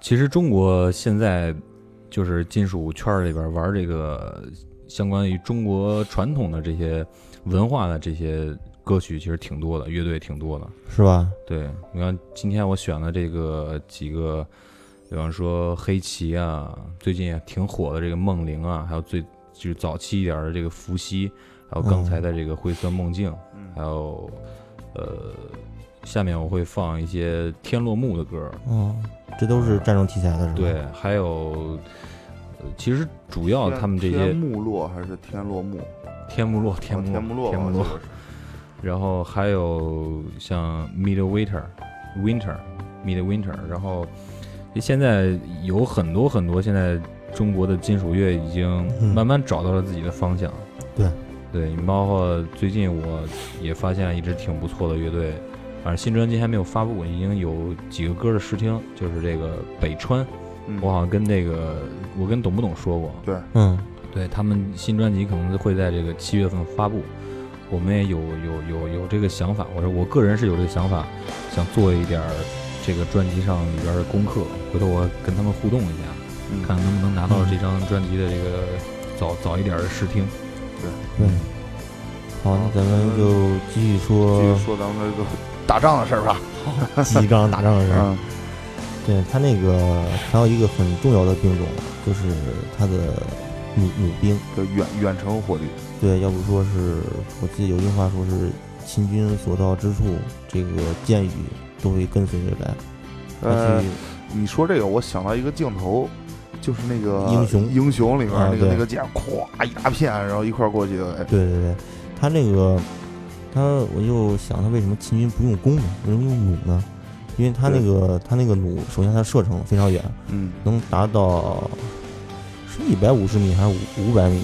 A: 其实中国现在就是金属圈儿里边玩这个相关于中国传统的这些文化的这些歌曲，其实挺多的，乐队挺多的。
B: 是吧？
A: 对，你看今天我选了这个几个，比方说黑旗啊，最近也挺火的这个梦灵啊，还有最就是早期一点儿的这个伏羲，还有刚才的这个灰色梦境，还有呃，下面我会放一些天落幕的歌儿，
B: 嗯，这都是战争题材的是
C: 嗯
B: 吧？
A: 对，还有，呃其实主要哦他们这
C: 天
A: 些
C: 幕落还是天落幕？
A: 天幕落、天
C: 哦
A: 幕
C: 天幕落吧，
A: 天幕落，
C: 我记得是
A: 然后还有像 Mid Winter、Winter、Mid Winter，然后现在有很多很多，现在中国的金属乐已经
B: 嗯
A: 慢慢找到了自己的方向。
B: 对，
A: 对，包括最近我也发现了一支挺不错的乐队，反正新专辑还没有发布，已经有几个歌的试听，就是这个北川
C: 嗯
A: 我好像跟那个我跟懂不懂说过，
C: 对，
B: 嗯
A: 对他们新专辑可能会在这个七月份发布，我们也有有有有这个想法，我说我个人是有这个想法，想做一点儿这个专辑上里边儿的功课，回头我跟他们互动一下，
C: 嗯
A: 看能不能拿到这张专辑的这个早早一点儿的试听。
B: 对。好，那咱们就继续
C: 继
B: 说
C: 续说咱们这个打仗的事儿吧。
B: 激刚打仗的事儿。
C: 嗯
B: 对他那个还有一个很重要的兵种，就是他的弩弩兵。
C: 对，远远程火力，
B: 对，要不说是我记得有句话说是“秦军所到之处，这个箭雨都会跟随着来”。他
C: 呃
B: 去，，
C: 你说这个，我想到一个镜头，就是那个
B: 英雄
C: 英雄里面
B: 啊
C: 那个
B: 对
C: 那个剑，咵一大片，然后一块儿过去，哎，
B: 对对对，他那个他，我就想他为什么秦军不用弓呢？为什么用弩呢？因为他那个他那个弩，首先它射程非常远，
C: 嗯，
B: 能达到是一百五十米还是五五百米？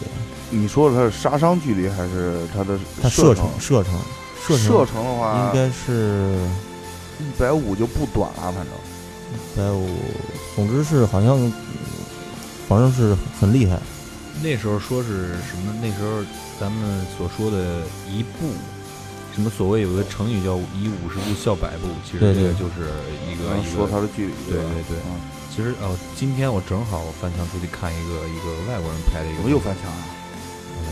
C: 你说的它是杀伤距离还是它的
B: 它射
C: 射
B: 程射程射程
C: 射程的
B: 应
A: 啊
C: 话，
B: 该是
C: 一百五就不短了，反正
B: 一百五，总之是好像嗯反正是很厉害。
A: 那时候说是什么？那时候咱们所说的“一步”，什么所谓有个成语叫“以五十步笑百步”，其实
B: 对
A: 这个
B: 对
A: 就是一个
C: 能
A: 一
C: 说
A: 个
C: 它的距离，
A: 对
C: 吧
A: 对对
C: 嗯
A: 其实哦，今天我正好我翻墙出去看一个一个外国人拍的一个，
C: 嗯怎么又翻墙嗯啊？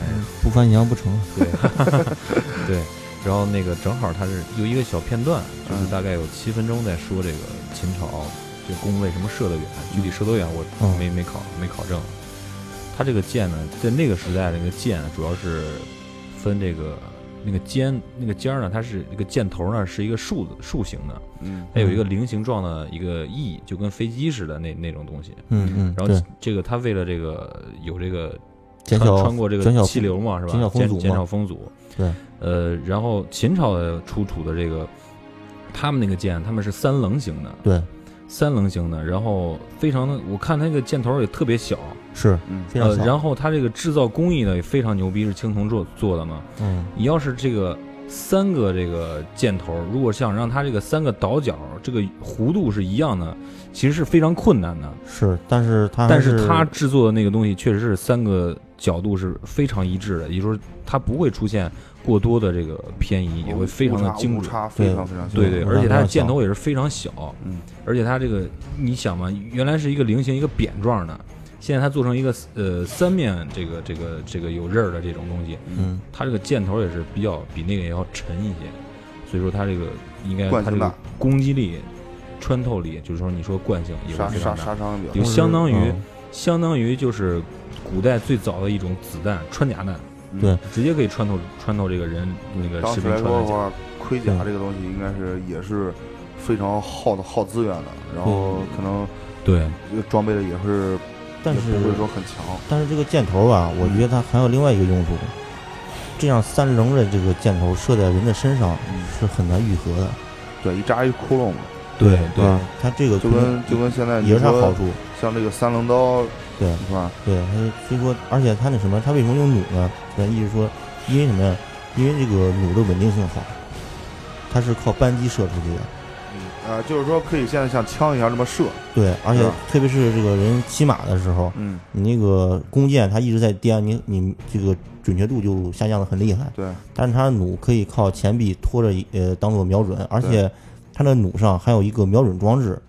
A: 哎
B: 不翻墙不成。
A: 对对， 然后那个正好它是有一个小片段，
C: 嗯
A: 就是大概有七分钟在说这个秦朝这弓为什么射得远，具体射多远我
B: 嗯
A: 没没考没考证。它这个箭呢，在那个时代那个箭主要是分这个那个尖那个尖儿呢，它是那个箭头呢是一个竖竖形的，
C: 嗯，
A: 它有一个菱形状的一个翼，就跟飞机似的那那种东西。
B: 嗯嗯，
A: 然
B: 对
A: 后这个他为了这个有这个
B: 减
A: 穿
B: 少
A: 穿过这
B: 减
A: 个
B: 少
A: 气流嘛，是吧？
B: 减少风
A: 减
B: 阻
A: 减
B: 嘛
A: 少风阻。
B: 对，
A: 呃，然后秦朝的出土的这个，他们那个剑，他们是三棱形的，
B: 对
A: 三棱形的，然后非常的，我看它那个箭头也特别小，
B: 是
C: 嗯，
B: 非
A: 呃
B: 常，小。
A: 然后它这个制造工艺呢也非常牛逼，是青铜做做的嘛。
B: 嗯
A: 你要是这个三个这个箭头，如果想让它这个三个倒角这个弧度是一样的，其实是非常困难的。
B: 是，但是他
A: 但
B: 是
A: 是他制作的那个东西确实是三个角度是非常一致的，也就是说它不会出现过多的这个偏移，也会非常的
C: 误差
A: 精
C: 误
A: 准。
C: 差非
B: 对
C: 常非常小
A: 对对，
B: 嗯
A: 而且它的箭
B: 非常
A: 头也是非常小，
C: 嗯，
A: 而且它这个你想嘛，原来是一个菱形一个扁状的，现在它做成一个呃三面这个这个这个有刃儿的这种东西，
B: 嗯
A: 它这个箭头也是比较比那个也要沉一些，所以说它这个应该
C: 惯
A: 它
C: 性
A: 这个
C: 大
A: 攻击力、穿透力，就是说你说惯性也是
C: 杀
A: 非常
C: 杀
A: 大。
C: 杀伤力比
A: 有
C: 较
B: 同时
A: 相当于
B: 嗯
A: 相当于就是古代最早的一种子弹穿甲弹，
B: 对
A: 直接可以穿透穿透这个人那个
C: 嗯当
A: 士
C: 时
A: 兵
C: 来
A: 穿
C: 说
A: 的
C: 的
A: 甲。
C: 话，盔甲这个东西应该是也是非常耗的耗资源的，然后可能
A: 对，
C: 装备的也是
B: 但
C: 也
B: 是
C: 不会说很强。
B: 但是这个箭头啊，我觉得它还有另外一个用处，这样三棱的这个箭头射在人的身上
C: 嗯，
B: 是很难愈合的，
C: 对，一扎一窟窿嘛，
A: 对
B: 对吧？它这个
C: 就跟就跟现在
B: 嗯
C: 你
B: 也是它
C: 说
B: 好处，
C: 像这个三棱刀
B: 对
C: 是吧？
B: 对。它所以说，而且它那什么，它为什么用弩呢？咱一直说，因为什么呀？因为这个弩的稳定性好，它是靠扳机射出去的，嗯
C: 啊，就是说可以现在像枪一样这么射，
B: 对。而且
C: 是吧
B: 特别是这个人骑马的时候，
C: 嗯，
B: 你那个弓箭它一直在颠，你你这个准确度就下降的很厉害。
C: 对，
B: 但是它的弩可以靠前臂拖着一呃当做瞄准，而且它的弩上还有一个瞄准装置，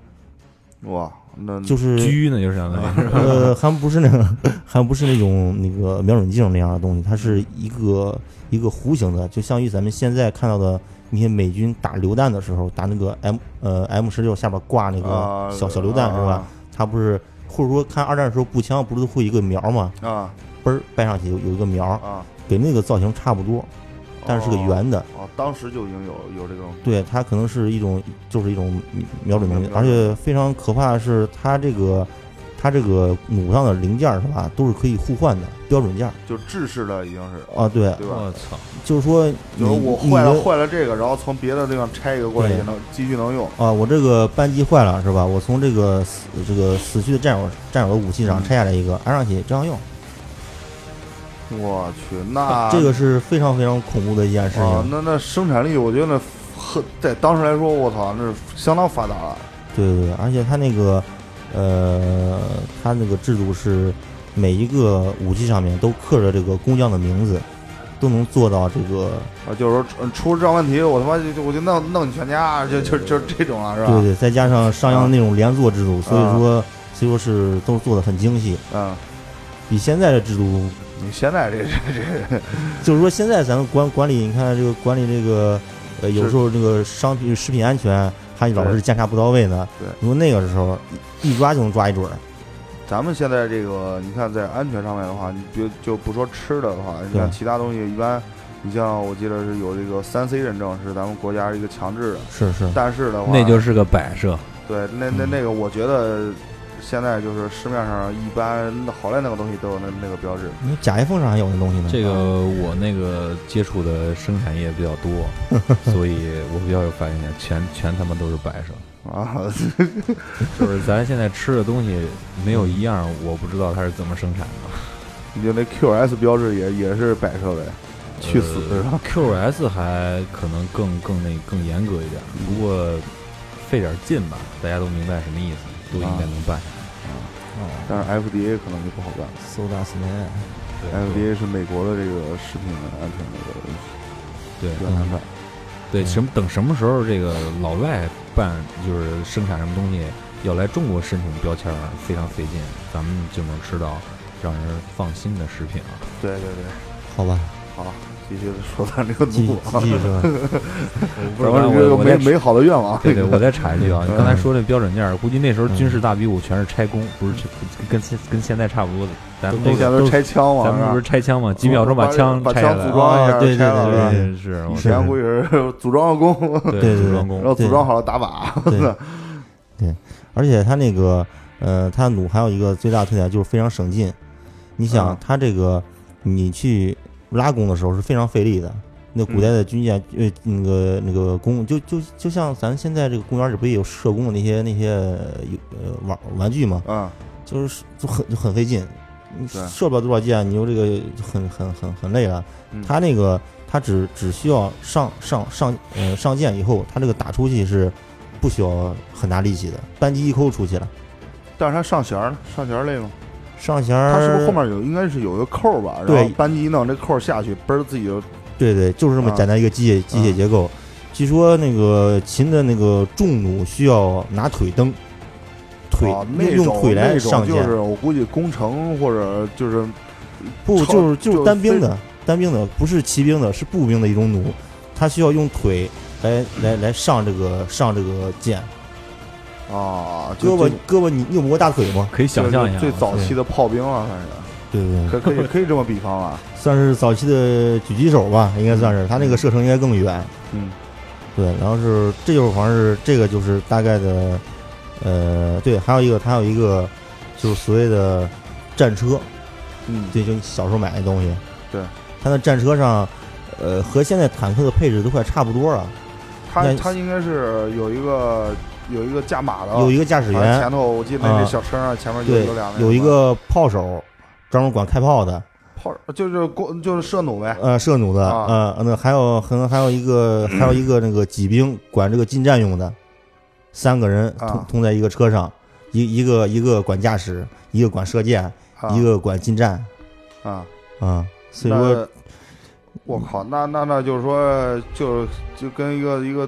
C: 哇，那
B: 就是
A: 狙呢就是相当于，
B: 呃还不是那个还不是那种那个瞄准镜那样的东西，它是一个一个弧形的，就像于咱们现在看到的那些美军打榴弹的时候，打那个 M 呃 M 十六下边挂那
C: 啊
B: 个小小榴弹是吧？？它不是或者说看二战的时候步枪不是会有一个苗嘛，
C: 啊
B: 嘣儿掰上去有有一个苗
C: 啊，啊，
B: 给那个造型差不多，但是是个
C: 哦。
B: 圆的。
C: 哦，当时就已经有有这种
B: 对，它可能是一种，就是一种瞄准能力
C: 瞄，准
B: 而且非常可怕的是，它这个它这个弩上的零件儿是吧，都是可以互换的标准件儿
C: 就制式的已经是，
B: 啊。对，
C: 对吧？
A: 我 操，
B: 就是说你
C: 就是我
B: 你
C: 坏了
B: 的
C: 坏了这个，然后从别的地方拆一个过来
B: 对
C: 也能继续能用。
B: 啊，我这个扳机坏了是吧？我从这个死这个死去的战友战友的武器上
C: 嗯
B: 拆下来一个，安上去照样用。
C: 我去，那
B: 这个是非常非常恐怖的一件事
C: 啊，
B: 情。
C: 那那生产力，我觉得很在当时来说，我操，那是相当发达了。
B: 对对对，而且它那个呃，它那个制度是每一个武器上面都刻着这个工匠的名字，都能做到这个。
C: 啊，就是说出出这样问题，我他妈就我就弄弄你全家，就就就这种了，是吧？
B: 对对，再加上上央那种连坐制度，所以说所以说是都做的很精细，
C: 嗯，
B: 比现在的制度，
C: 你现在这这这
B: 就是说现在咱们管管理，你看这个管理这个，呃，有时候这个商品食品安全还老是检查不到位呢。
C: 对对
B: 你说那个时候一一抓就能抓一准儿，
C: 咱们现在这个，你看在安全上面的话，你别就不说吃的的话，你
B: 对
C: 看其他东西一般，你像我记得是有这个三 C 认证是咱们国家一个强制的，
B: 是是，
C: 但是的话，
A: 那就是个摆设，
C: 对那那
B: 嗯
C: 那个，我觉得现在就是市面上一般好赖那个东西都有那那个标志，
B: 你假 iPhone 上还有那东西呢。
A: 这个我那个接触的生产业比较多，所以我比较有发言权，全全他妈都是摆设。
C: 啊，
A: 就是咱现在吃的东西没有一样我不知道它是怎么生产的，
C: 你就那 QS 标志也也是摆设呗，去死
A: 呃
C: 是吧？
A: ！QS 还可能更更那更严格一点，不过费点劲吧，大家都明白什么意思，都应该能办下
B: 哦，
C: 但是 FDA 可能就不好办
B: 搜大四年，
A: 来。对
C: ，FDA 是美国的这个食品安全的
A: 对
C: 一个安全办，
A: 对，什么等什么时候这个老外办就是生产什么东西要来中国申请标签儿非常费劲，咱们就能吃到让人放心的食品啊了。
C: 对对对。
B: 好吧，
C: 好，继续说咱这个
B: 继续
C: 路啊
B: 继，续说，
A: 是
C: 然后这个
A: 我我在
C: 美美好的愿望，
A: 对对，我再插一句啊，你刚才
B: 嗯
A: 说那标准件儿，估计那时候
B: 嗯
A: 军事大比武全是拆弓，不是拆跟现跟现在差不多的。咱们
B: 都
A: 那
C: 那
A: 个
C: 前都是拆枪嘛，
A: 咱们不是
C: 是吧
A: 拆枪吗？几秒钟
C: 啊把
A: 枪
C: 把
A: 拆下
C: 枪
A: 来
C: 组，装一下
B: 哦对对
C: 拆了
B: 对
C: 是吧？
A: 对是，
C: 以
A: 我
C: 前估计是组装个弓，
A: 对
B: 对
A: 组
B: 对
A: 装
C: 然
A: 弓，
C: 后组装好了打靶，
B: 对对，而且它那个呃，它弩还有一个最大的特点就是非常省劲。你想
C: 嗯，
B: 它这个你去拉弓的时候是非常费力的。那古代的军舰，呃，那个那个弓，就就就像咱现在这个公园里不也有射弓的那些那些呃有呃玩玩具嘛，
C: 嗯，
B: 就是就很就很费劲，你
C: 对
B: 射不了多少箭，你又这个就很很很很累了。
C: 嗯
B: 它那个它只只需要上上上呃上箭以后，它这个打出去是不需要很大力气的，扳机一扣出去了。
C: 但是它上弦儿呢，上弦儿累吗？
B: 上弦
C: 它
B: 儿，
C: 是不是后面有应该是有一个扣儿吧？然
B: 呃对
C: 后扳机一弄，这扣儿下去，嘣儿自己就
B: 对对，就是这么
C: 啊
B: 简单一个机械、机械结构。据说那个秦的那个重弩需要拿腿蹬，腿、
C: 啊
B: 用
C: 那
B: 用
C: 种
B: 腿来
C: 那种
B: 上
C: 就
B: 箭，
C: 是我估计工程或者就是
B: 不
C: 超
B: 就是就
C: 就
B: 是是单兵
C: 非
B: 的单兵的，不是骑兵的，是步兵的一种弩，它需要用腿来来来上这个上这个箭，
C: 啊，
B: 胳
C: 就
B: 膊
C: 就
B: 胳膊你你有磨过大腿吗？
A: 可以想象一
C: 就
A: 下，啊
C: 最
B: 啊
C: 早期的炮兵了，反
B: 对对对，
C: 正可可以可以这么比方啊了，
B: 算是早期的狙击手吧，应该算是，他那个射程应该更远。
C: 嗯，
B: 对，然后是这就是好像是这个就是大概的，呃，对，还有一个它有一个就是所谓的战车，
C: 嗯，
B: 对，就你小时候买那东西，
C: 对，
B: 它的战车上，呃，和现在坦克的配置都快差不多了，
C: 它
B: 那
C: 它应该是有一个有一个驾马的，
B: 有一个驾驶
C: 好像
B: 员
C: 前，头我记得那
B: 啊
C: 小车上前面有
B: 对
C: 有两个，
B: 有一个炮手，专门管开炮的，
C: 炮，就是弓就是射弩呗，
B: 呃，射弩的，
C: 啊
B: 呃，那还有可能还有一个还有一个那个骑兵管这个近战用的，三个人
C: 啊
B: 通通在一个车上，一一个一个管驾驶，一个管射箭，
C: 啊
B: 一个管近战
C: 啊，
B: 啊，所以说
C: 那我靠，那那那就是说就就跟一个一个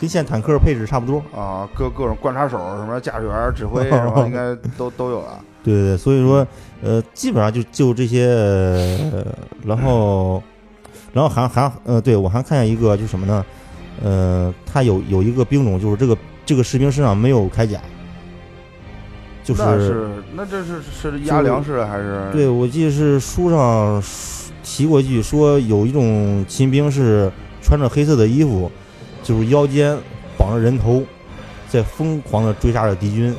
B: 跟现在坦克配置差不多。
C: 啊各各种观察手什么驾驶员指 挥什么应该都都有了，
B: 对对对，所以说
C: 嗯
B: 呃，基本上就就这些，呃，然后
C: 嗯
B: 然后还还呃，对我还看见一个就是什么呢？呃，它有有一个兵种，就是这个这个士兵身上没有铠甲，就
C: 那是那这是是压
B: 就
C: 粮食还是
B: 对，我记得是书上说提过一句，说有一种秦兵是穿着黑色的衣服，就是腰间绑着人头，在疯狂的追杀着敌军。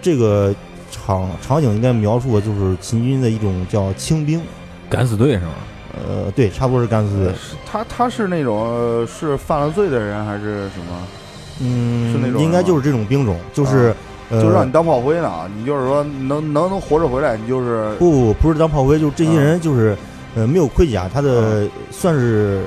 B: 这个场场景应该描述的就是秦军的一种叫轻兵，
A: 敢死队是吗？
B: 呃，对，差不多是干死队
C: 呃，是他他是那种呃是犯了罪的人还是什么？
B: 嗯，
C: 是那种
B: 应该
C: 人吗啊
B: 就是这种兵种，就是、呃，
C: 就让你当炮灰呢？你就是说能能能活着回来，你就是
B: 不不不是当炮灰，就是这些
C: 啊
B: 人就是、呃没有盔甲，他的、算是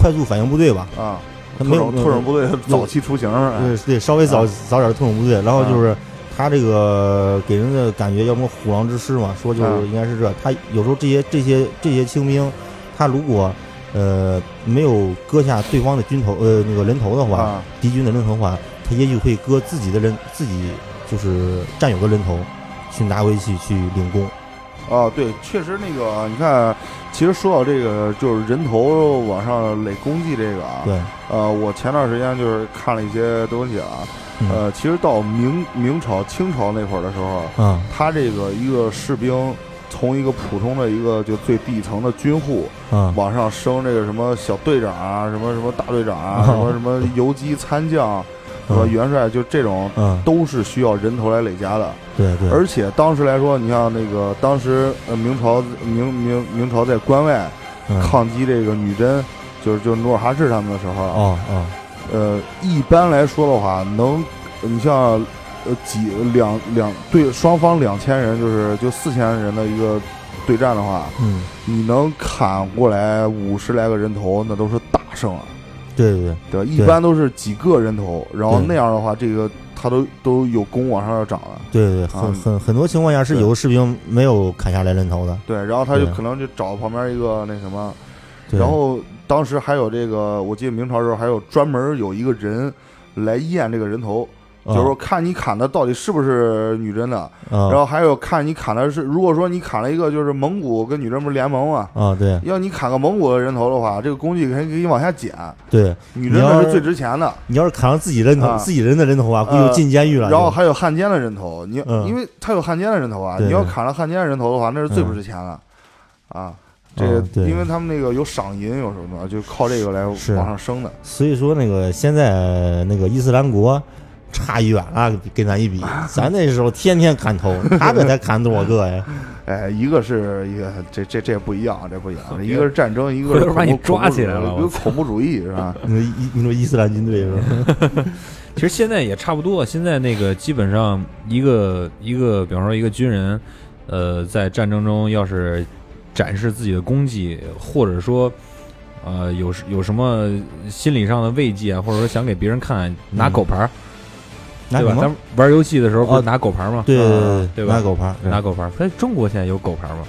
B: 快速反应部队吧，
C: 啊，
B: 他
C: 特
B: 没有
C: 种特种部队早期雏形，哎
B: 对对，稍微早、
C: 啊嗯
B: 早点儿特种部队，然后就是、他这个给人的感觉，要么虎狼之师嘛，说就是
C: 嗯
B: 应该是这。他有时候这些这些这些清兵，他如果呃没有割下对方的军头呃那个人头的话，
C: 啊，
B: 敌军的人头的话，他也许会割自己的人自己就是战友的人头，去拿回去去领功。
C: 哦，对，确实那个，你看，其实说到这个，就是人头往上垒功绩这个啊，
B: 对，
C: 呃，我前段时间就是看了一些东西啊，
B: 嗯
C: 呃，其实到明明朝、清朝那会儿的时候，
B: 啊，
C: 他这个一个士兵从一个普通的一个就最底层的军户
B: 啊，
C: 往上升，这个什么小队长啊，什么什么大队 长啊，
B: 哦
C: 什么什么游击参将，什么
B: 嗯
C: 元帅，就这种
B: 嗯，
C: 都是需要人头来累加的。
B: 对对，
C: 而且当时来说，你像那个当时呃明朝明明明朝在关外
B: 嗯
C: 抗击这个女真，就是就是努尔哈赤他们的时候，啊。
B: 哦哦，
C: 呃，一般来说的话，能，你像，呃，几两两对双方两千人，就是就四千人的一个对战的话，
B: 嗯，
C: 你能砍过来五十来个人头，那都是大胜了，
B: 对对对，
C: 对吧？一
B: 对
C: 般都是几个人头，然后
B: 对
C: 那样的话，这个他都都有功往上要涨了。
B: 对对，很
C: 啊
B: 很很多情况下是
C: 对
B: 有的士兵没有砍下来人头的，
C: 对，然后他就
B: 对
C: 可能就找旁边一个那什么，
B: 对
C: 然后当时还有这个，我记得明朝时候还有专门有一个人来验这个人头，就是说看你砍的到底是不是女真的，
B: 啊
C: 然后还有看你砍的是，如果说你砍了一个就是蒙古跟女真不是联盟嘛，
B: 啊，对
C: 要你砍个蒙古的人头的话，这个工具可以给你往下减，
B: 对，
C: 女真的是最值钱的，
B: 你要是砍上自己人头
C: 啊
B: 自己人的人头啊，估计
C: 呃
B: 就进监狱了。
C: 然后还有汉奸的人头，你
B: 嗯
C: 因为他有汉奸的人头啊，
B: 对
C: 你要
B: 对
C: 砍了汉奸的人头的话，那是最不值钱的啊。这个
B: 嗯，对
C: 因为他们那个有赏银，有什么的，就靠这个来往
B: 是
C: 上升的。
B: 所以说那个现在那个伊斯兰国差远了，跟咱 一比，咱那时候天天砍头，他这才砍多少个 呀？
C: 哎，一个是一个这这这不一样，啊这不一样，
A: 别
C: 一个是战争，一个
A: 回
C: 是
A: 头把你
C: 恐怖
A: 抓起来了
C: 恐怖
A: 我
C: 一个恐怖主义是吧？
B: 你说伊你说伊斯兰军队是吧？
A: 其实现在也差不多，啊现在那个基本上一个一个，比方说一个军人，呃，在战争中要是展示自己的功绩，或者说呃有什有什么心理上的慰藉啊，或者说想给别人看，拿狗牌儿，
B: 拿
A: 对吧
B: 什？
A: 咱
B: 么？
A: 们玩游戏的时候不
B: 哦
A: 是拿狗牌儿吗？
B: 对
A: 啊对吧
B: 拿狗牌，对
A: 拿狗牌儿。哎，中国现在有狗牌儿吗？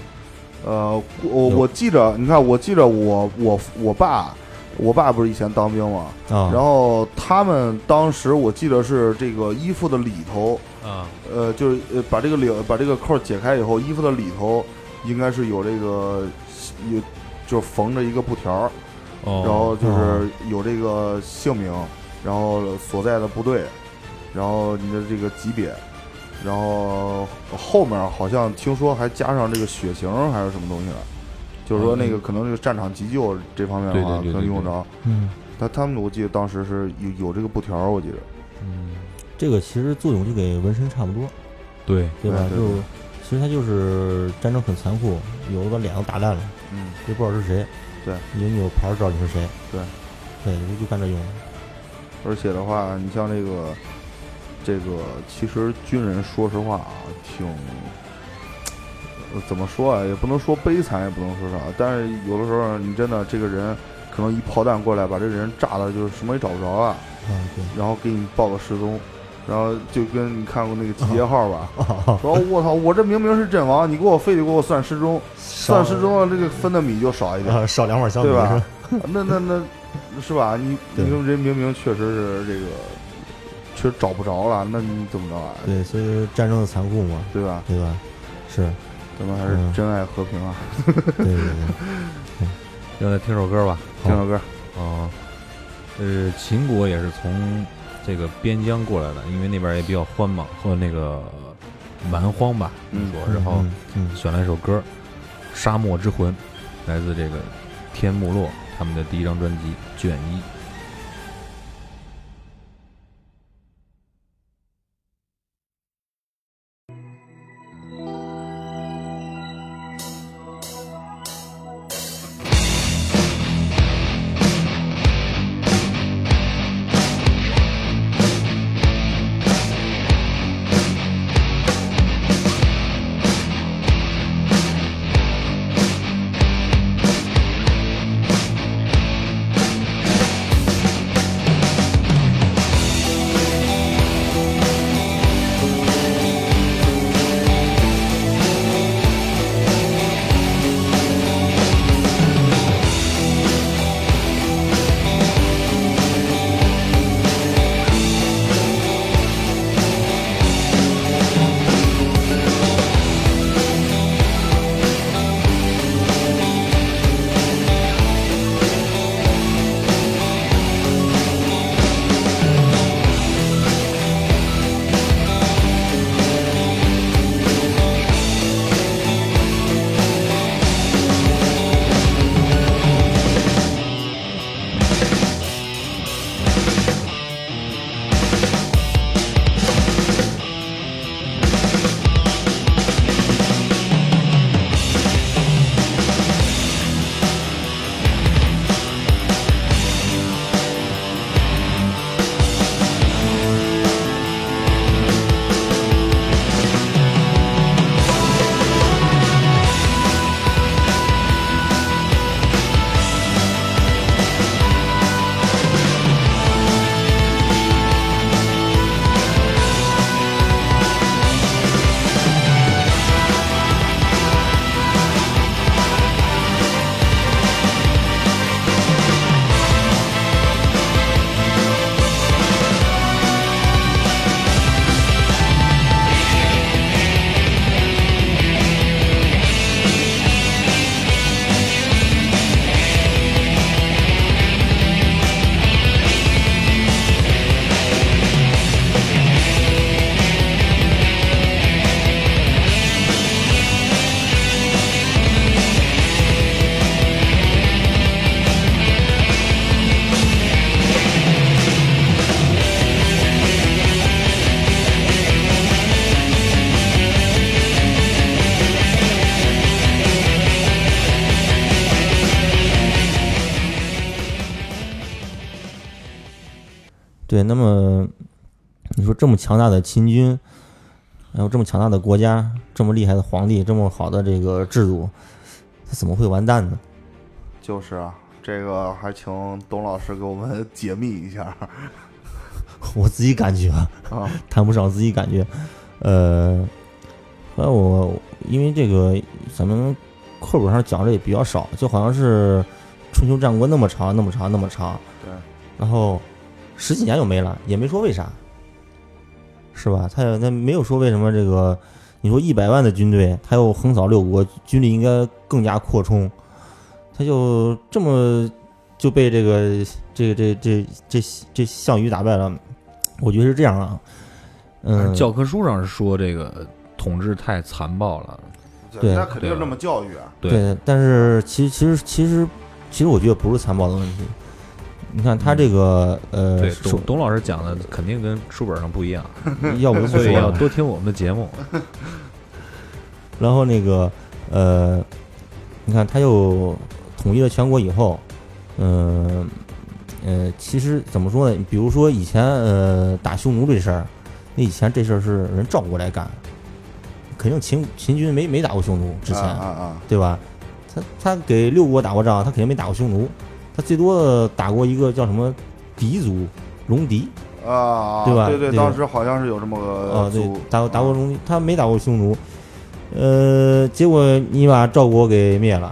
C: 呃，我
B: 有
C: 我记着，你看，我记着我我我爸，我爸不是以前当兵嘛，
B: 啊，
C: 然后他们当时我记得是这个衣服的里头，
A: 啊，
C: 呃，就是呃把这个领把这个扣解开以后，衣服的里头应该是有这个有就缝着一个布条儿，
A: 哦，
C: 然后就
B: 哦
C: 是有这个姓名，然后所在的部队，然后你的这个级别。然后呃后面好像听说还加上这个血型还是什么东西了，就是说那个可能这个战场急救这方面的话可
A: 嗯对对对对
C: 能用得着。
B: 嗯，
C: 他他们我记得当时是有有这个布条，我记得。
A: 嗯，
B: 这个其实作用就给纹身差不多，
A: 对，
B: 对吧？
C: 嗯对对
B: 就
C: 对
B: 其实它就是战争很残酷，有的把脸都打烂了。
C: 嗯，
B: 也不知道是谁。
C: 对，
B: 因为你有牌儿知道你是谁。
C: 对，
B: 对，就干这用的。
C: 而且的话，你像这个这个，其实军人说实话啊，挺。呃怎么说啊？也不能说悲惨，也不能说啥，但是有的时候你真的这个人可能一炮弹过来，把这个人炸的，就是什么也找不着了，
B: 啊，对。
C: 然后给你报个失踪，然后就跟你看过那个集结号吧，
B: 哦，
C: 说我操，我这明明是阵亡，你给我非得给我算失踪，
B: 少
C: 算失踪了，这个分的米就少一 点。
B: 啊，少两碗小米
C: 对吧
B: 是吧？
C: 那那那，是吧？你
B: 对
C: 你说人明明确实是这个，确实找不着了，那你怎么着啊？
B: 对，所以说战争的残酷嘛，
C: 对吧？
B: 对嗯吧？ 是，
C: 咱们还是真爱和平啊！
B: 对对嗯对，
A: 让咱听首歌吧。
B: 好
C: 听首歌，
A: 哦，呃，秦国也是从这个边疆过来的，因为那边也比较荒嘛，和那个蛮荒吧，
C: 嗯
A: 说，然后
B: 嗯嗯
A: 选了一首歌《沙漠之魂》，来自这个天幕洛他们的第一张专辑《卷一》。
D: 沙
B: 对，那么你说这么强大的秦军，然后这么强大的国家，这么厉害的皇帝，这么好的这个制度，它怎么会完蛋呢？
C: 就是啊，这个还请董老师给我们解密一下
B: 我自己感觉啊，
C: 啊。
B: 谈不上自己感觉。呃，后来我因为这个咱们课本上讲的也比较少，就好像是春秋战国那么长那么长那么长，
C: 对，
B: 然后十几年就没了，也没说为啥，是吧？他也他没有说为什么这个，你说一百万的军队，他又横扫六国，军力应该更加扩充，他就这么就被这个这个这这这这项羽打败了，我觉得是这样啊，嗯，
A: 教科书上说这个统治太残暴了，
B: 嗯对
C: 那肯定是这么教育啊。
A: 对
B: 对，但是其实其实其实其实我觉得不是残暴的问题。你看他这个呃，
A: 对，
B: 首
A: 董董老师讲的肯定跟书本上不一样，
B: 要不就不
A: 所以
B: 说
A: 要
B: 了。
A: 多听我们的节目。
B: 然后那个呃，你看他又统一了全国以后，嗯呃其实怎么说呢？比如说以前呃打匈奴这事儿，那以前这事儿是人赵国来干，肯定秦秦军没没打过匈奴之前，
C: 啊啊啊，
B: 对吧？他他给六国打过仗，他肯定没打过匈奴，他最多打过一个叫什么狄族、戎狄
C: 啊，
B: 对吧
C: 对对，
B: 那个
C: 当时好像是有这么
B: 啊
C: 个，
B: 对
C: 呃组，嗯啊
B: 打过打过戎狄，他没打过匈奴。呃，结果你把赵国给灭了，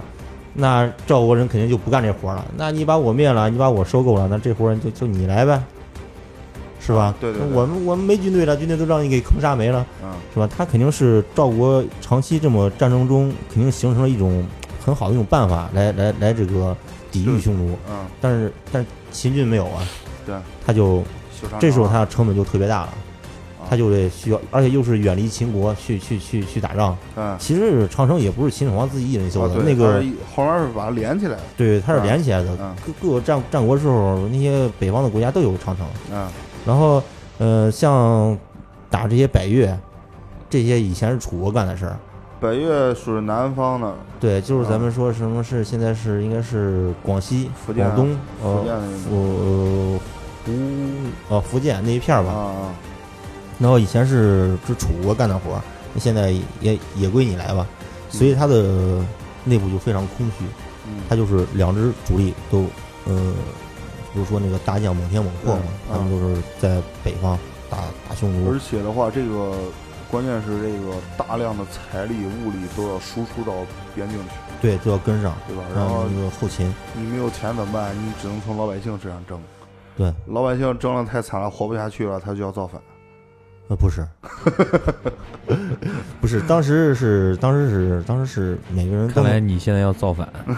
B: 那赵国人肯定就不干这活了。那你把我灭了，你把我收购了，那这活人就就你来呗，是吧？
C: 啊对对对
B: 我们我们没军队了，军队都让你给坑杀没了。
C: 嗯，
B: 是吧？他肯定是赵国长期这么战争中，肯定形成了一种很好的一种办法来来来这个抵御匈奴。
C: 嗯，
B: 但是但是秦军没有啊，
C: 对，
B: 他就
C: 修长
B: 这时候他的成本就特别大了
C: 啊，
B: 他就得需要，而且又是远离秦国去去去去打仗。
C: 嗯，
B: 其实长城也不是秦始皇自己一人修
C: 啊
B: 的，
C: 对
B: 那
C: 它
B: 个
C: 是一后面是把它连起来的，
B: 对它是连起来的。
C: 嗯
B: 各各个战战国时候，那些北方的国家都有长城。
C: 嗯
B: 然后呃，像打这些百越，这些以前是楚国干的事儿。
C: 北岳属于南方的
B: 对，就是
C: 啊
B: 咱们说什么是现在是应该是广西、
C: 福建
B: 广
C: 啊
B: 东、
C: 福
B: 呃
C: 建那
B: 福呃湖呃福建那一片儿
C: 个
B: 吧。
C: 啊
B: 然后以前是是楚国干的活儿，那现在也也归你来吧，所以它的内部就非常空虚，
C: 嗯
B: 它就是两支主力都呃，不是说那个大将猛天猛获嘛，
C: 对
B: 他们都是在北方打打匈奴
C: 而，且的话，这个关键是这个大量的财力、物力都要输出到边境去，
B: 对，就要跟上，
C: 对吧？然
B: 然后
C: 后
B: 那个后勤，
C: 你没有钱怎么办？你只能从老百姓身上争。
B: 对，
C: 老百姓争了太惨了，活不下去了，他就要造反。
B: 呃，不是， 不是，当时是当时是当时是每个人都
A: 看来你现在要造反，
B: 嗯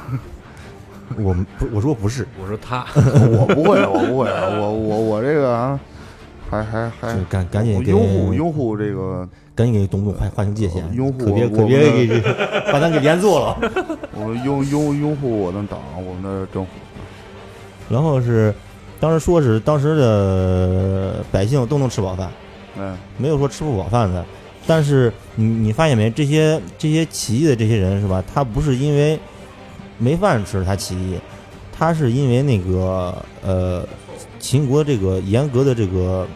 B: 我们不我说不是，
A: 我说他
C: 我不会，我不会，我我我这个啊，还还还
B: 是赶赶紧给
C: 哎拥护拥护这个，
B: 赶紧给董总划划清界限，
C: 哦拥护
B: 可别
C: 我
B: 可别
C: 我们
B: 给 把咱给连坐 了。
C: 我们拥拥拥护我的党，我们的政府。
B: 然后是当时说是当时的百姓都能吃饱饭，
C: 嗯，
B: 没有说吃不饱饭的。但是你你发现没，这些这些起义的这些人是吧？他不是因为没饭吃他起义，他是因为那个呃秦国这个严格的这个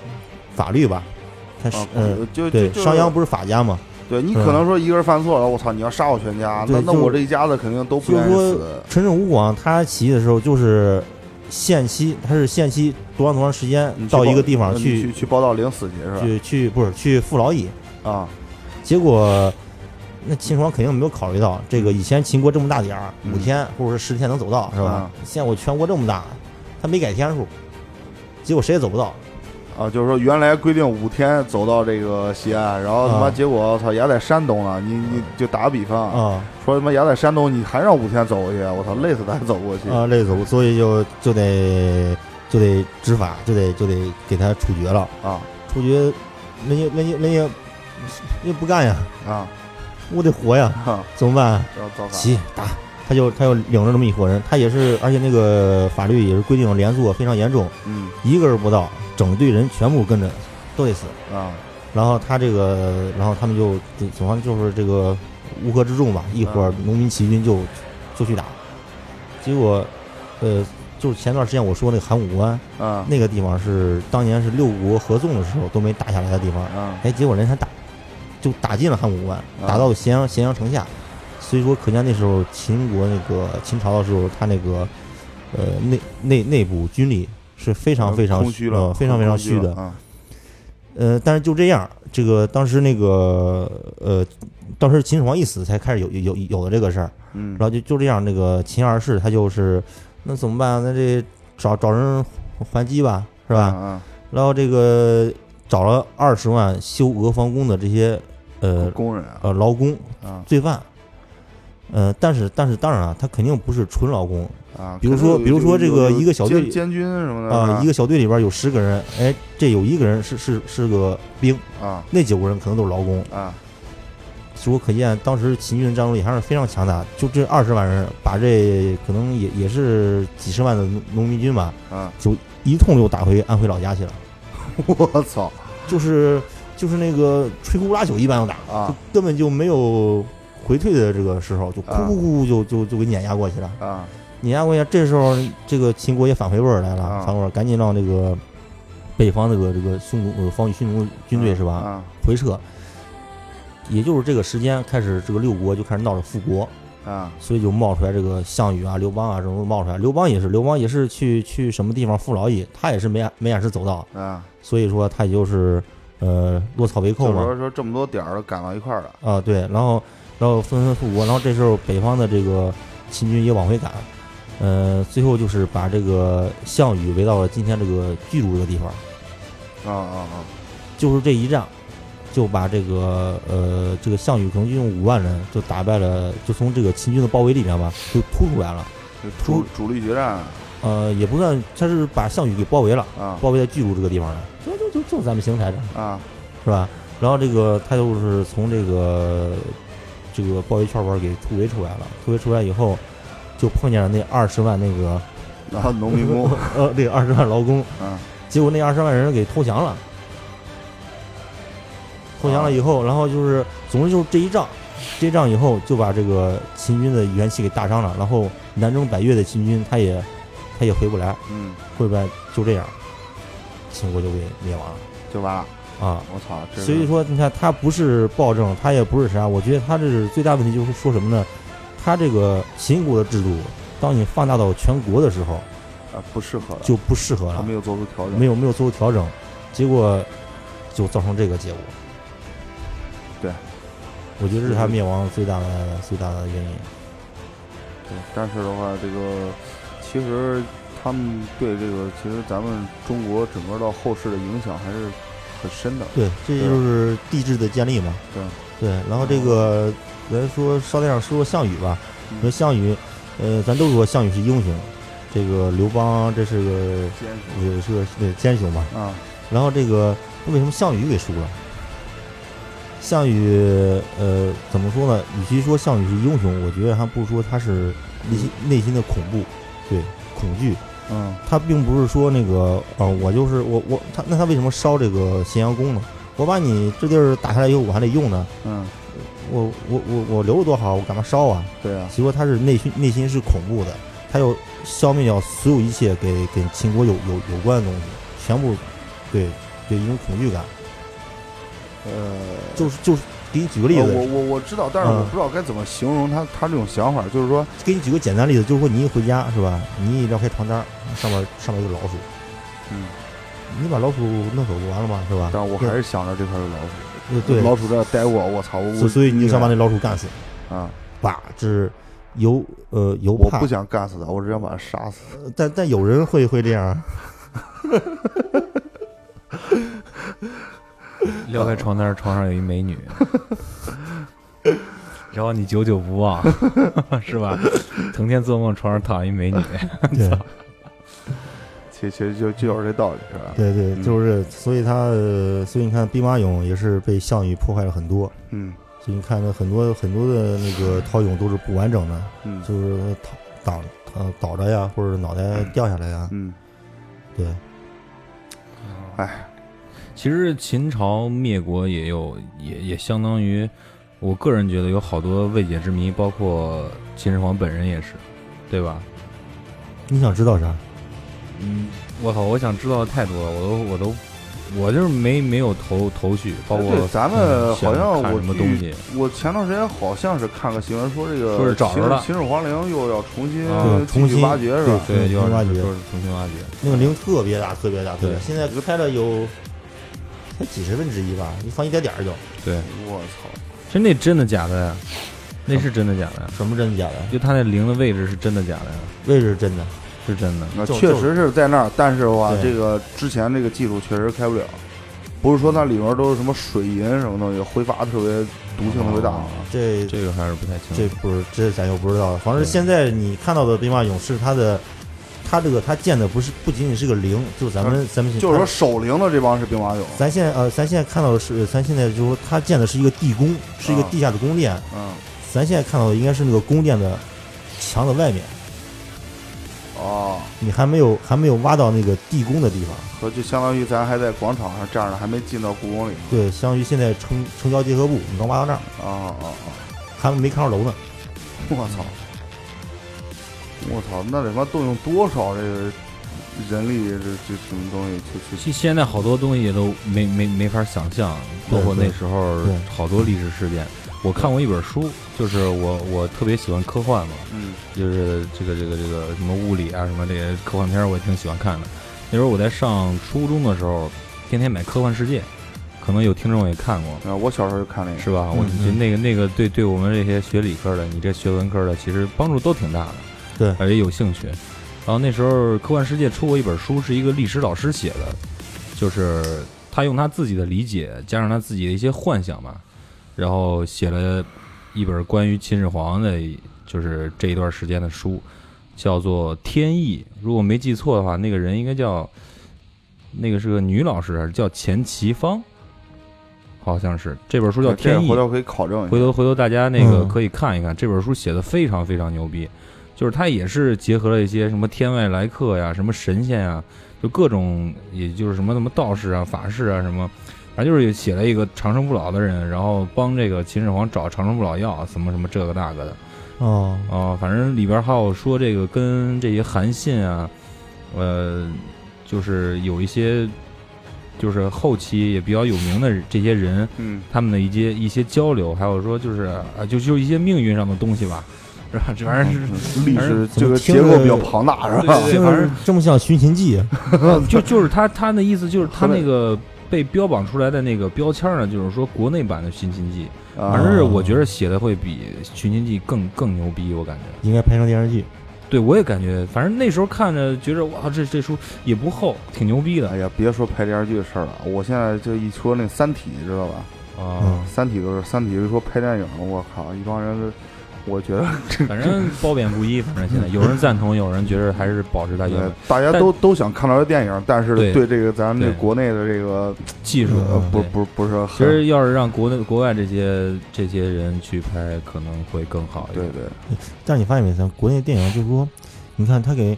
B: 法律吧，他是
C: 啊，
B: 嗯、
C: 就就
B: 对
C: 就是
B: 商鞅不是法家嘛，
C: 对你
B: 嗯
C: 可能说一个人犯错了，我操，你要杀我全家，那
B: 对
C: 那
B: 就
C: 我这一家子肯定都不
B: 就是
C: 愿意
B: 说
C: 死。
B: 陈胜吴广他起义的时候就是限期，他是限期多长多长时间
C: 你去
B: 到一
C: 报
B: 个地方
C: 呃你
B: 去
C: 去去报到领死去
B: 去
C: 是
B: 去不是去服劳役，
C: 吧？啊，
B: 结果那秦始皇肯定没有考虑到这个，以前秦国这么大点儿，
C: 嗯
B: 五天或者是十天能走到是吧
C: 啊？
B: 现在我全国这么大，他没改天数，结果谁也走不到。
C: 啊，就是说原来规定五天走到这个西安，然后他妈
B: 啊
C: 结果操牙在山东了，你你就打个比方啊，
B: 啊
C: 说他妈牙在山东，你还让五天走过去，啊我操，累死他还走过去。
B: 啊，累走，所以就就得就得执法，就得就得给他处决了，
C: 啊
B: 处决人家人家人家人家不干呀，
C: 啊
B: 我得活呀，
C: 啊！
B: 怎么办？
C: 要造反
B: 起打，他就他就领着这么一伙人，他也是，而且那个法律也是规定连坐非常严重，
C: 嗯
B: 一个人不到，整队人全部跟着都得死。
C: 啊
B: 然后他这个，然后他们就就总方就是这个乌合之众吧，一伙农民起义军就就去打，结果呃就是前段时间我说那个函谷关
C: 啊
B: 那个地方是当年是六国合纵的时候都没打下来的地方，
C: 啊
B: 哎，结果人还打，就打进了函谷关，打到咸阳咸阳城下，所以说可见那时候秦国那个秦朝的时候，他那个呃内内内部军力是非常非常
C: 空虚了，
B: 呃非常非常虚的，
C: 啊
B: 呃，但是就这样，这个当时那个呃，当时秦始皇一死，才开始有有有有了这个事儿，
C: 嗯
B: 然，后就就这样，那个秦二世他就是那怎么办？啊那这找找人还击吧，是吧？
C: 啊？
B: 然后这个找了二十万修俄房宫的这些
C: 啊
B: 呃
C: 工人啊
B: 呃劳工
C: 啊
B: 罪犯，呃，但是但是当然啊，他肯定不是纯劳工
C: 啊，
B: 比如说
C: 肯定
B: 比如说
C: 有
B: 这个
C: 有
B: 一个小队
C: 监监军什么的
B: 啊、一个小队里边有十个人，哎，这有一个人是是是个兵，
C: 啊
B: 那九个人可能都是劳工。
C: 啊
B: 所以我可见当时秦军的战斗力还是非常强大，就这二十万人，把这可能也也是几十万的农农民军吧，
C: 啊！
B: 一通就打回安徽老家去了，
C: 我操
B: 就是就是那个摧枯拉朽一般就打，就
C: 啊
B: 根本就没有回退的这个时候，就咕咕咕咕就就就给碾压过去了，
C: 啊
B: 碾压过去，这时候这个秦国也反回味儿来了，
C: 啊
B: 反过来赶紧让这个北方这个这个匈奴呃方与匈奴军队是吧，
C: 啊
B: 回撤。也就是这个时间开始，这个六国就开始闹着复国，
C: 啊
B: 所以就冒出来这个项羽啊、刘邦啊这种冒出来。刘邦也是，刘邦也是去去什么地方服劳役，他也是没按没按时走道，
C: 啊！
B: 所以说他也就是呃落草为寇
C: 就是
B: 嘛。
C: 说说这么多点儿赶到一块儿了
B: 啊，对，然后然后纷纷复国，然后这时候北方的这个秦军也往回赶，呃，最后就是把这个项羽围到了今天这个巨鹿这个地方，
C: 啊啊啊！
B: 就是这一仗。就把这个呃，这个项羽可能就用五万人就打败了，就从这个秦军的包围里面吧，就突出来了。
C: 这主主力决战
B: 呃，也不算，他是把项羽给包围了，
C: 啊
B: 包围在巨鹿这个地方了，就就就就咱们邢台这儿，
C: 啊
B: 是吧？然后这个他就是从这个这个包围圈儿里边儿给突围出来了，突围出来以后，就碰见了那二十万那个
C: 啊！农 民工
B: 呃，那二十万劳工，
C: 啊
B: 结果那二十万人给投降了，投降了以后，然后就是，总之就是这一仗，这一仗以后就把这个秦军的元气给大伤了，然后南征北越的秦军他也他也回不来。
C: 嗯，
B: 会不会就这样，秦国就给灭亡了
C: 就完了！
B: 啊？
C: 我操，这
B: 所以说，你看他不是暴政，他也不是啥，我觉得他这是最大问题，就是说什么呢？他这个秦国的制度，当你放大到全国的时候，
C: 啊不适合了，
B: 就不适合
C: 他
B: 了
C: 没，有做出调整，
B: 没有没有做出调整，结果就造成这个结果。
C: 对，
B: 我觉得这是他灭亡最大的最大的原因。
C: 对，但是的话，这个其实他们对这个，其实咱们中国整个到后世的影响还是很深的。
B: 对，这
C: 对
B: 就是帝制的建立嘛。
C: 对
B: 对，然后这个咱说捎带上说项羽吧，
C: 嗯
B: 说项羽，呃，咱都说项羽是英雄，这个刘邦这是个
C: 坚
B: 也是个对奸雄嘛。
C: 啊，
B: 然后这个为什么项羽给输了？项羽，呃，怎么说呢？与其说项羽是英雄，我觉得还不如说他是内心内心的恐怖，对恐惧。
C: 嗯
B: 他并不是说那个呃，我就是我我他那他为什么烧这个咸阳宫呢？我把你这地儿打下来以后，我还得用呢，
C: 嗯，
B: 我我我我留着多好，我干嘛烧啊？
C: 对啊，
B: 其实他是内心内心是恐怖的，他要消灭掉所有一切给给秦国有有有关的东西，全部对对一种恐惧感，
C: 呃，
B: 就是就是给你举个例
C: 呃我
B: 子，
C: 我我知道，但是
B: 嗯
C: 我不知道该怎么形容他他这种想法，就是说，
B: 给你举个简单例子，就是说你一回家是吧，你一撩开床单儿，上面上面有个老鼠，
C: 嗯，
B: 你把老鼠弄走不完了吗？是吧？
C: 但我还是想着这块有老鼠，
B: 对对，
C: 老鼠在这待过，我操，我
B: 所所以你就想把那老鼠干死。
C: 啊，
B: 把这由呃由
C: 我
B: 怕
C: 不，想干死他，我只想把他杀死。
B: 但但有人会会这样 啊，
A: 撩开床单 儿，床上有一美女，然后你久久不忘， 是吧？成天做梦，床上躺一美女，
B: 对
C: 其其实就就是这道理，是吧？
B: 对对，
C: 嗯
B: 就是所以他呃所以你看兵马俑也是被项羽破坏了很多，
C: 嗯
B: 所以你看那很多很多的那个陶俑都是不完整的，
C: 嗯
B: 就是倒倒呃倒着呀，或者脑袋掉下来呀，
C: 嗯，
B: 对，
A: 其实秦朝灭国也有，也也相当于，我个人觉得有好多未解之谜，包括秦始皇本人也是，对吧？
B: 你想知道啥？
A: 嗯，我靠，我想知道的太多了，我都我都我就是没没有头头绪，包括、
C: 哎对，咱们
A: 嗯
C: 好
A: 想
C: 像
A: 看
C: 我
A: 什么东
C: 记
A: 西，
C: 我前段时间好像是看个新闻说这个
A: 说是找着
C: 秦始
A: 了
C: 秦始皇陵又要重新
A: 啊
B: 对
C: 继
B: 重
C: 续
B: 新
C: 挖掘是吧？
A: 对，就要
B: 挖
A: 是
B: 掘
A: 说是重新挖掘，
B: 那个陵特别大，特别大，特别大
A: 对
B: 现在开了有才几十分之一吧，一方一点点儿有，
A: 对，
C: 我操，
A: 其实那真的假的呀？那是真的假的呀？
B: 什么真的假的？
A: 就他那零的位置是真的假的呀？
B: 位置是真的，
A: 是真的。
C: 那
B: 就
C: 确实是在那儿，但是的话，
B: 对
C: 这个之前这个技术确实开不了，不是说那里面都是什么水银什么东西，挥发特别毒性特别大
A: 哦，
B: 这
A: 这个还是不太清
B: 这
A: 楚。
B: 不是这咱就不知道了。反正
A: 对
B: 现在你看到的兵马俑是它的，它这个它建的不是不仅仅是个陵，就是咱们咱们
C: 啊就是说守陵的这帮是兵马俑，
B: 咱现在呃，咱现在看到的是，咱现在就是说，它建的是一个地宫，是一个
C: 啊
B: 地下的宫殿。
C: 嗯，
B: 咱现在看到的应该是那个宫殿的墙的外面，
C: 哦，
B: 你还没有还没有挖到那个地宫的地方。
C: 和就相当于咱还在广场上站着，还没进到故宫里，
B: 对，相当于现在城城郊结合部，你刚挖到那儿，
C: 啊啊啊！
B: 还没看上楼呢。
C: 我操！
A: 嗯
C: 我操！那得他妈动用多少这个人力这这什么东西去去？
A: 其实现在好多东西都没没没法想象，包
B: 对
A: 括那
B: 对
A: 时候
B: 对
A: 好多历史事件。我看过一本书，就是我我特别喜欢科幻嘛，
C: 嗯
A: 就是这个这个这个什么物理啊什么这些科幻片儿我也挺喜欢看的。那时候我在上初中的时候，天天买《科幻世界》，可能有听众也看过，
C: 啊，我小时候就看那个，
A: 是吧？我
B: 嗯
A: 觉得
B: 嗯
A: 那个那个对对我们这些学理科的，你这学文科的，其实帮助都挺大的，
B: 对
A: 而且有兴趣。然后那时候科幻世界出过一本书，是一个历史老师写的，就是他用他自己的理解加上他自己的一些幻想吧，然后写了一本关于秦始皇的，就是这一段时间的书，叫做《天意》。如果没记错的话，那个人应该叫那个是个女老师，叫钱其芳，好像是这本书叫《
C: 啊这个
A: 天意
C: 回》。头可以考证一下。
A: 回头回头大家那个
B: 嗯
A: 可以看一看，这本书写的非常非常牛逼，就是它也是结合了一些什么天外来客呀、什么神仙呀，就各种也就是什么什么道士啊、法师啊什么，反正就是写了一个长生不老的人，然后帮这个秦始皇找长生不老药，什么什么这个那个的。
B: 哦，
A: 哦，反正里边还有说这个跟这些韩信啊，呃，就是有一些，就是后期也比较有名的这些人，
C: 嗯，
A: 他们的一些一些交流，还有说就是啊，就就一些命运上的东西吧，是吧？这玩意儿是，
C: 历
A: 嗯反
C: 史
A: 正
C: 这个
B: 怎
C: 结
B: 么听
C: 构
B: 着
C: 比较庞大是吧？
A: 对
B: 听
A: 反
B: 着
A: 正
B: 这么像《寻秦记》啊。
C: 嗯
A: 就就是他他的意思就是他
C: 后来
A: 那个被标榜出来的那个标签呢，就是说国内版的《寻秦记》，
C: 啊
A: 反正是我觉得写的会比《寻秦记更》更牛逼，我感觉。
B: 应该拍成电视剧。
A: 对，我也感觉，反正那时候看着觉着哇，这这书也不厚，挺牛逼的
C: 哎呀，别说拍电视剧的事儿了，我现在就一说那《三体》，知道吧？
A: 啊
B: 嗯。
C: 《三体》都是《三体》，一说拍电影，我靠，一帮人都，我觉得这
A: 反正褒贬不一，反正现在有人赞同，有人觉得还是保持它原
C: 对
A: 本
C: 大家都都想看到这电影，但是
A: 对
C: 对这个咱们这
A: 对
C: 国内的这个
A: 技术
C: 呃
B: 嗯
C: 不
A: 对
C: 不不是
A: 其
C: 很
A: 实要是让国内国外这些这些人去拍，可能会更好一
C: 对
A: 点。
C: 对。
B: 但是你发现没，咱国内电影就是说，你看他给，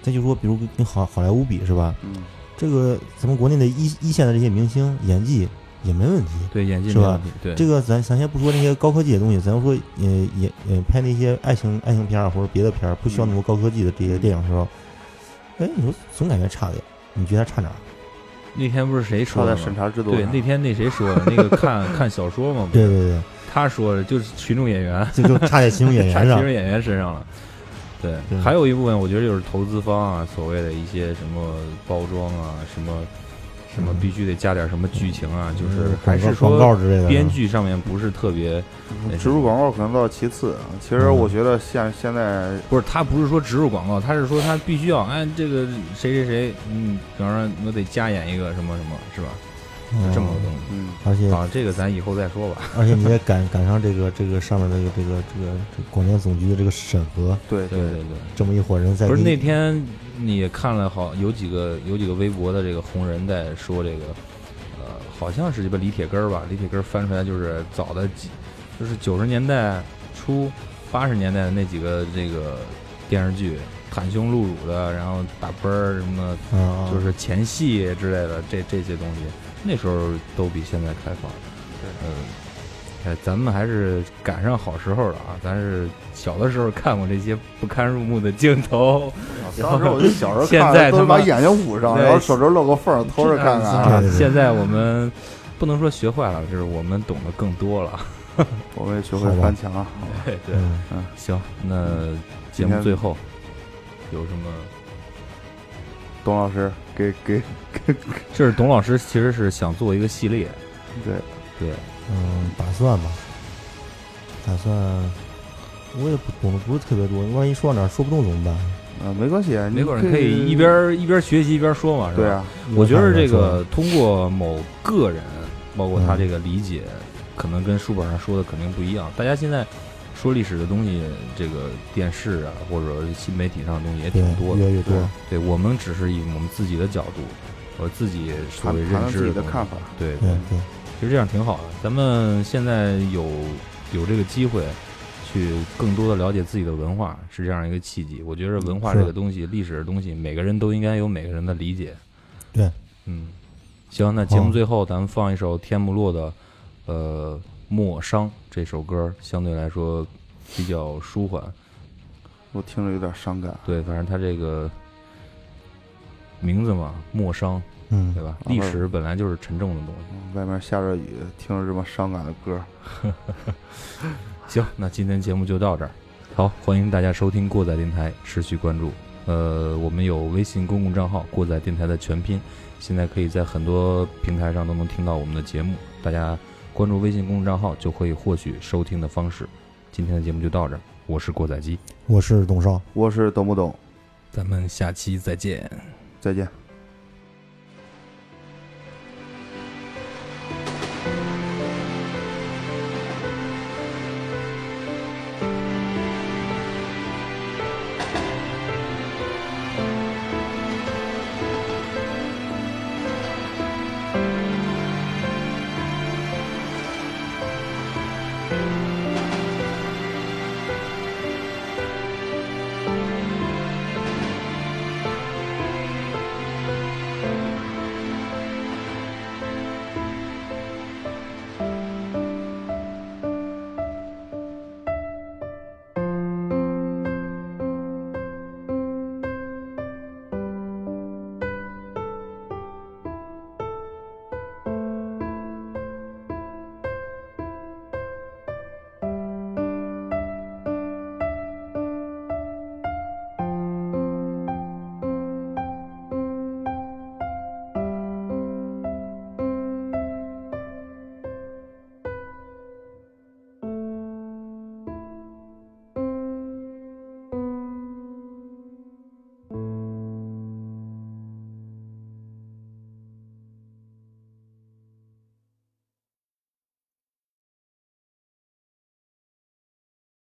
B: 咱就说，比如跟好好莱坞比是吧？
C: 嗯，
B: 这个咱们国内的一一线的这些明星演技也没问题。
A: 对演技
B: 是
A: 没
B: 吧
A: 问题。对，
B: 这个咱咱先不说那些高科技的东西，咱就说呃也也拍那些爱情爱情片儿或者别的片儿，不需要
A: 嗯
B: 那么高科技的这些电影的时候，哎，你说总感觉差点，你觉得它差哪儿？
A: 那天不是谁
C: 他
A: 说
C: 在
A: 的
C: 审
A: 吗？
C: 查制度
A: 对，
C: 上
A: 那天那谁说的？那个看看小说嘛，不
B: 对
A: 是
B: 对对，
A: 他说的，就是群众演员，
B: 这就差在其中演
A: 差
B: 员
A: 群
B: 上
A: 众。演员身上了。对，
B: 对
A: 还有一部分我觉得就是投资方啊，所谓的一些什么包装啊，什么什么
B: 嗯
A: 必须得加点什么剧情啊，就是
B: 嗯
A: 还是
B: 广告广告
A: 说
B: 之类的，
A: 编剧上面不是特别，那
C: 嗯植入广告可能倒是其次啊，其实
B: 嗯
C: 我觉得现现在
A: 不是他不是说植入广告，他是说他必须要按这个谁谁谁，嗯，比方说我得加演一个什么什么，是吧？
B: 嗯
A: 这么个东西。
C: 嗯，
B: 而且
A: 啊，这个咱以后再说吧。
B: 而且你也赶赶上这个这个上面这个这个这个这个广电总局的这个审核，
C: 对
A: 对对对。
B: 这么一伙人在
A: 不是
B: 给
A: 那
B: 你
A: 天你也看了好有几个有几个微博的这个红人在说这个，呃，好像是这个李铁根儿吧，李铁根儿翻出来就是早的几，就是九十年代初八十年代的那几个这个电视剧，袒胸露乳的，然后打啵儿什么，
B: 啊，啊
A: 就是前戏之类的这这些东西，那时候都比现在开放。
C: 对
A: 嗯，哎，咱们还是赶上好时候了啊！咱是小的时候看过这些不堪入目的镜头，
C: 当时我就小时候看，
A: 现在他
C: 都
A: 妈
C: 把眼睛捂上，
A: 对
C: 然后手指露个缝儿 偷着看看。
A: 啊
B: 对对对
A: 现在我们不能说学坏了，就是我们懂得更多了。
C: 我们也学会
B: 好吧
C: 翻墙了，啊好吧
A: 对对，
B: 嗯，
A: 行，那节
C: 嗯今
A: 目
C: 天
A: 最后有什么？
C: 董老师给给
A: 这是董老师其实是想做一个系列，
C: 嗯对，
A: 对，
B: 嗯，打算吧，打算，我也不懂得不是特别多，万一说到哪儿说不动怎么办？
C: 啊，没关系，
A: 没
C: 你
A: 准儿可以一边儿一边儿学习一边儿说嘛，是吧？
C: 对啊，
A: 我觉得这个通过某个人，包括他这个理解，可能跟书本上说的肯定不一样。大家现在说历史的东西，这个电视啊，或者新媒体上的东西也
B: 对
A: 挺多
B: 越
A: 的。
B: 来越
C: 对
B: 多，
A: 对我们只是以我们自己的角度，我自己所
C: 谈
A: 谓
C: 谈
A: 认
C: 谈自
A: 知
C: 己的
A: 东西
C: 看法。
A: 对，
B: 对对，
A: 其实这样挺好的。咱们现在有有这个机会。去更多的了解自己的文化是这样一个契机，我觉得文化
B: 是
A: 这个东西、历史的东西，每个人都应该有每个人的理解。
B: 对，
A: 嗯，行，那节目
B: 好
A: 最后咱们放一首天目洛的，呃，《莫伤》这首歌，相对来说比较舒缓。
C: 我听着有点伤感。
A: 对，反正它这个名字嘛，莫伤，
B: 嗯
A: 对，吧？
C: 嗯
A: 历史本来就是沉重的东西。
C: 嗯外面下着雨，听着这么伤感的歌，
A: 行，那今天节目就到这儿。好，欢迎大家收听过载电台，持续关注。呃，我们有微信公共账号“过载电台”的全拼，现在可以在很多平台上都能听到我们的节目。大家关注微信公众账号就可以获取收听的方式。今天的节目就到这儿，我是过载机，
B: 我是董少。
C: 我是懂不懂？
A: 咱们下期再见。
C: 再见。